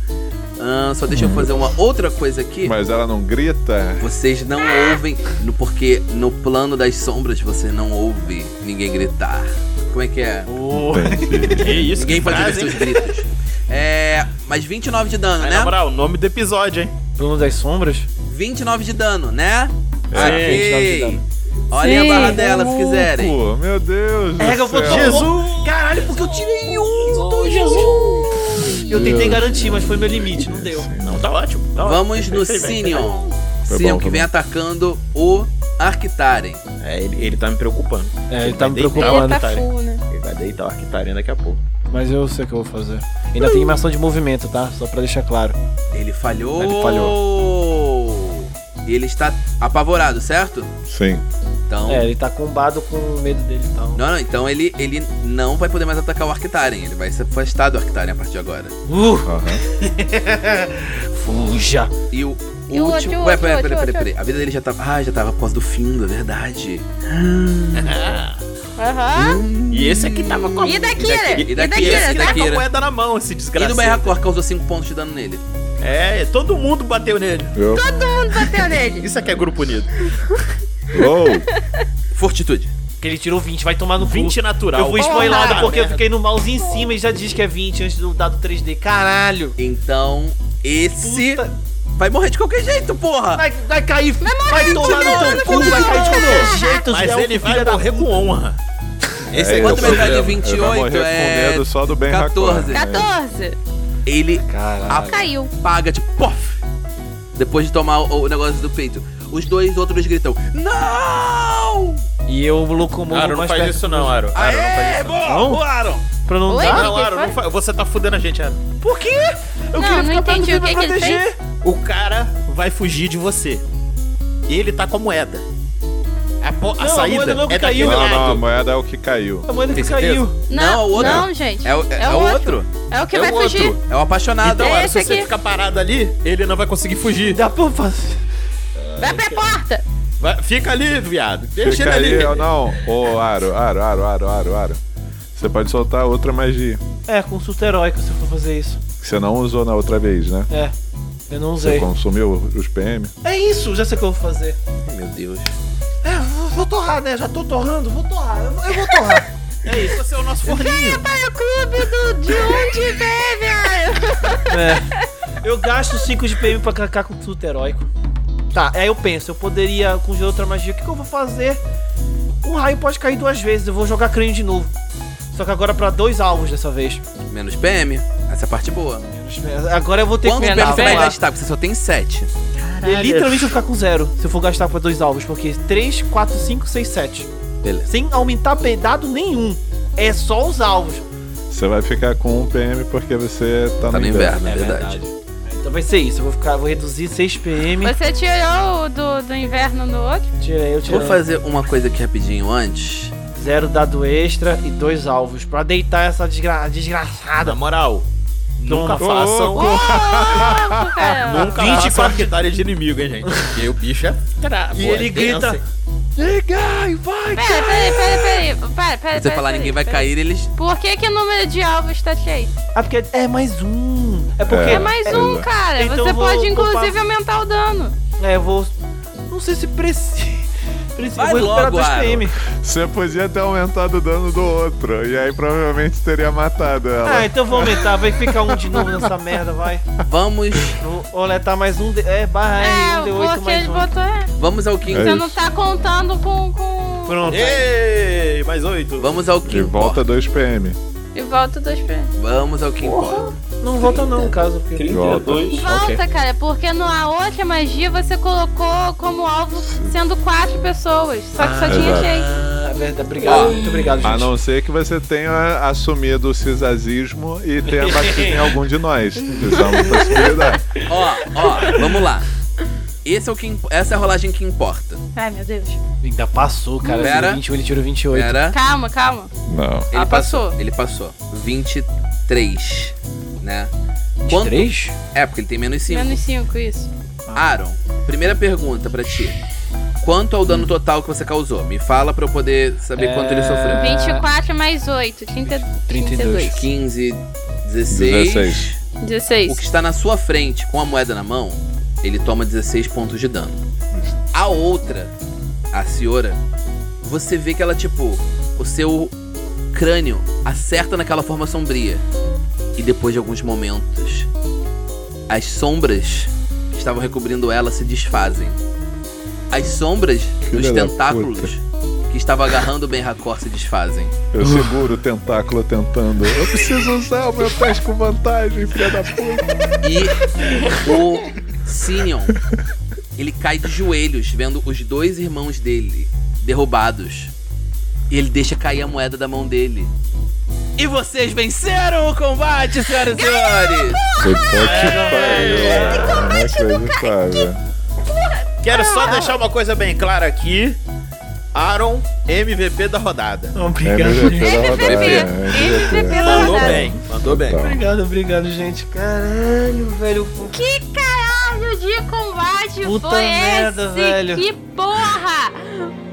Ahn, só deixa eu fazer uma outra coisa aqui.
Mas ela não grita?
Vocês não ouvem, no- porque no plano das sombras você não ouve ninguém gritar. Como é que é?
Que isso,
Ninguém
que
faz os
frase,
seus
hein?
gritos. É. Mas 29 de dano,
Aí,
né?
na moral, o nome do episódio, hein?
Plano das sombras?
29 de dano, né?
É, 29 de
Ok.
dano.
Olhem
Sim.
a barra dela se quiserem.
Pô, meu Deus. do
É, eu vou
céu.
Jesus! Caralho, porque eu tirei um! então, Jesus! Eu tentei garantir, mas foi meu limite, não deu.
Não, tá ótimo. tá ótimo.
Vamos no
Perfeito, bem,
Sinion.
Foi
Sinion
bom,
que
foi
vem
bom.
atacando o Arctaren.
É, ele, ele tá me preocupando.
É, ele tá me
Vai deitar
Ele
preocupando.
o
tá
Arctaren.
full, né?
Ele vai deitar o Arctaren daqui a pouco.
Mas eu sei o que eu vou fazer. Ainda tem uma ação de movimento, tá? Só pra deixar claro.
Ele falhou.
Ele
falhou. E ele está apavorado, certo?
Sim.
Então.
É, ele tá combado com o medo dele e tal.
Não, não, então ele, ele não vai poder mais atacar o Arctaren. Ele vai se afastar do Arctaren a partir de agora.
Uh,
Aham.
fuja!
E o, o
E o outro,
último.
o
Ué, peraí,
outro, outro,
peraí, peraí,
outro.
peraí. A vida dele já tava. Ah, já tava por causa do fim, é verdade.
Aham.
E esse aqui tava com a...
E da Kira?
e
E
da
da
Kira,
Kira,
e
tá?
da
Tá com a
Kira.
moeda na mão, esse
E
desgraçado.
no Berracor causou 5 pontos de dano nele.
É, todo mundo bateu nele.
Eu...
Quando bateu nele?
Isso aqui é grupo unido.
Uou!
Fortitude.
Que ele tirou 20, vai tomar no cu.
20 natural.
Eu fui spoilado
Porra,
porque eu
merda.
fiquei no mouse em cima e já diz que é 20 antes do dado 3D. Caralho!
Então, esse
Puta-
vai morrer de qualquer jeito, porra!
Vai, vai cair, vai
né?
de
tomar
novo,
no
filho
teu cu,
da
vai cair de
puta.
qualquer jeito,
Mas
Zelfo,
ele vai
filha um da
morrer com honra.
Esse
É,
é quanto
esse é
metade
o
de
problema. Ele vai
28?
morrer com
É.
medo só do Ben
14.
14.
Ele
Caralho.
Caiu.
apaga de pof! Depois de tomar o, o negócio do peito. Os dois outros gritam: Não!
E eu locomovo
Aro, não
mais
faz
perto
isso não, Aro. Aro, não faz
Aê,
isso não.
bom!
Não?
Voaram!
pra não
Oi?
dar.
Não, Aro, não fa- você tá fudendo a gente, Aro.
Por quê? Eu
Não,
queria
não
ficar perto
entendi.
dele
O
pra
que que ele
proteger.
O cara vai fugir de você. E ele tá com a moeda. A, po- a
Não, a
saída
moeda não
é daquele
caiu.
Não, não, a
lado.
moeda é o que caiu.
A moeda que
Tem certeza?
caiu.
Não, é o outro.
Não, gente.
É o, é, é o outro.
É o que
É
vai
o outro.
fugir.
É o apaixonado.
Então,
É
Aro,
esse
se você
aqui.
ficar parado ali, ele não vai conseguir fugir.
Dá pra fazer.
Vai pra porta.
Vai- fica ali, viado. Deixa
Fica
ele
aí,
ali.
ou não? Ô, Aro, Aro, Aro, Aro, Aro, Aro. Você pode soltar outra magia.
É, consulta heróica se eu for fazer isso.
Que você não usou na outra vez, né?
É. Eu não
Você
usei.
consumiu os PM.
É isso, já sei o que eu vou fazer.
Meu Deus.
É, vou, vou torrar, né? Já tô torrando, vou torrar. Eu, vou- eu vou torrar.
É isso, você é o nosso forninho.
Vai o clube do, de onde vem, velho.
é. Eu gasto 5 de PM pra cacar com consulta heróico. Tá, aí eu penso, eu poderia conjurar outra magia. O que, que eu vou fazer? Um raio pode cair duas vezes, eu vou jogar crânio de novo. Só que agora pra dois alvos dessa vez.
Menos PM. Essa é a parte boa.
Agora eu vou ter
Quanto
que
PM você vai
Vamos lá.
gastar? Porque você só tem 7.
Eu literalmente vou ficar com zero se eu for gastar pra dois alvos, porque 3, 4, 5, 6, 7.
Beleza.
Sem aumentar dado nenhum. É só os alvos.
Você vai ficar com um PM porque você tá,
Tá no inverno, é
É
verdade.
Então vai ser isso. Eu vou ficar, vou reduzir 6 PM.
Você tirou o do, do inverno no outro?
Tirei, eu tirei.
Vou fazer uma coisa aqui rapidinho antes.
Zero dado extra e dois alvos. Pra deitar essa desgra- desgraçada.
Na moral, nunca
Toma.
façam.
Ô, ô,
Ah,
Louco, cara.
Nunca
24
façam hectare de inimigo, hein, gente. Porque o bicho é...
E
Pô,
ele
é tenso,
grita.
hein?
Ligai, vai!
Pera, pera, pera, pera. Pera, pera.
Se você falar ninguém vai cair, eles.
Por que, que o número de alvos tá cheio?
Ah, porque é mais um. É porque.
É mais um,
é.
cara.
Então
Você
eu vou
pode,
poupar-
inclusive, aumentar o dano.
É, eu vou. Não sei se precisa. Preciso
Vai
vou recuperar
logo, Tá
2
Aaron.
PM.
Você podia ter aumentado o dano do outro. E aí provavelmente teria matado ela.
Ah, então vou aumentar. Vai ficar um de novo nessa merda, vai.
Vamos.
Vou oletar mais um. D... É, barra
É,
R, um D8
porque
mais
ele
um.
botou. é.
Vamos ao quinto.
Você
isso.
não tá contando com. com...
Pronto.
Ei, mais oito.
Vamos ao
De
quinto.
volta 2 PM.
E volta dois pra.
Vamos ao quinto.
Não volta não, no caso. Porque...
De volta.
Volta, cara, porque no a outra magia você colocou como alvo sendo quatro pessoas. Só que só
Ah,
tinha
exato.
gente.
Ah, verdade. Obrigado. Muito obrigado,
A
gente.
Ah, não ser que você tenha assumido o cisazismo e tenha batido em algum de nós. Isso é uma possibilidade.
Ó, ó, vamos lá. Esse é o que imp- Essa é a rolagem que importa.
Ai, meu Deus.
Ainda passou, cara.
Pera.
Tirou 21, ele tirou 28.
Era.
Calma, calma.
Não.
Ele
Ah,
passou.
passou.
Ele passou. 23. Né? Quanto?
23?
É, porque ele tem menos 5.
Menos cinco, isso.
Ah, Aaron, primeira pergunta pra ti. Quanto ao dano total que você causou? Me fala pra eu poder saber
É.
quanto ele sofreu.
24 mais 8, 30,
32.
32.
15, 16.
16.
16.
O que está na sua frente com a moeda na mão, ele toma 16 pontos de dano. A outra, a Ciora, você vê que ela, tipo, o seu crânio acerta naquela forma sombria. E depois de alguns momentos, as sombras que estavam recobrindo ela se desfazem. As sombras dos
Filha da
tentáculos que estavam agarrando o Ben Racor se desfazem.
Eu seguro o tentáculo tentando. Eu preciso usar o meu pés com vantagem, filha da puta.
E o Sinion, ele cai de joelhos vendo os dois irmãos dele derrubados. E ele deixa cair a moeda da mão dele. E vocês venceram o combate, senhoras e senhores!
Puta que pariu. Que combate do cara.
Quero só deixar uma coisa bem clara aqui. Aaron, MVP da rodada.
Obrigado,
MVP.
gente.
MVP.
É,
MVP da
Mandou
rodada.
bem, mandou bem.
Total.
Obrigado, obrigado, gente. Caralho, velho.
Que caralho de combate
Puta
foi
merda,
esse?
velho.
Que porra!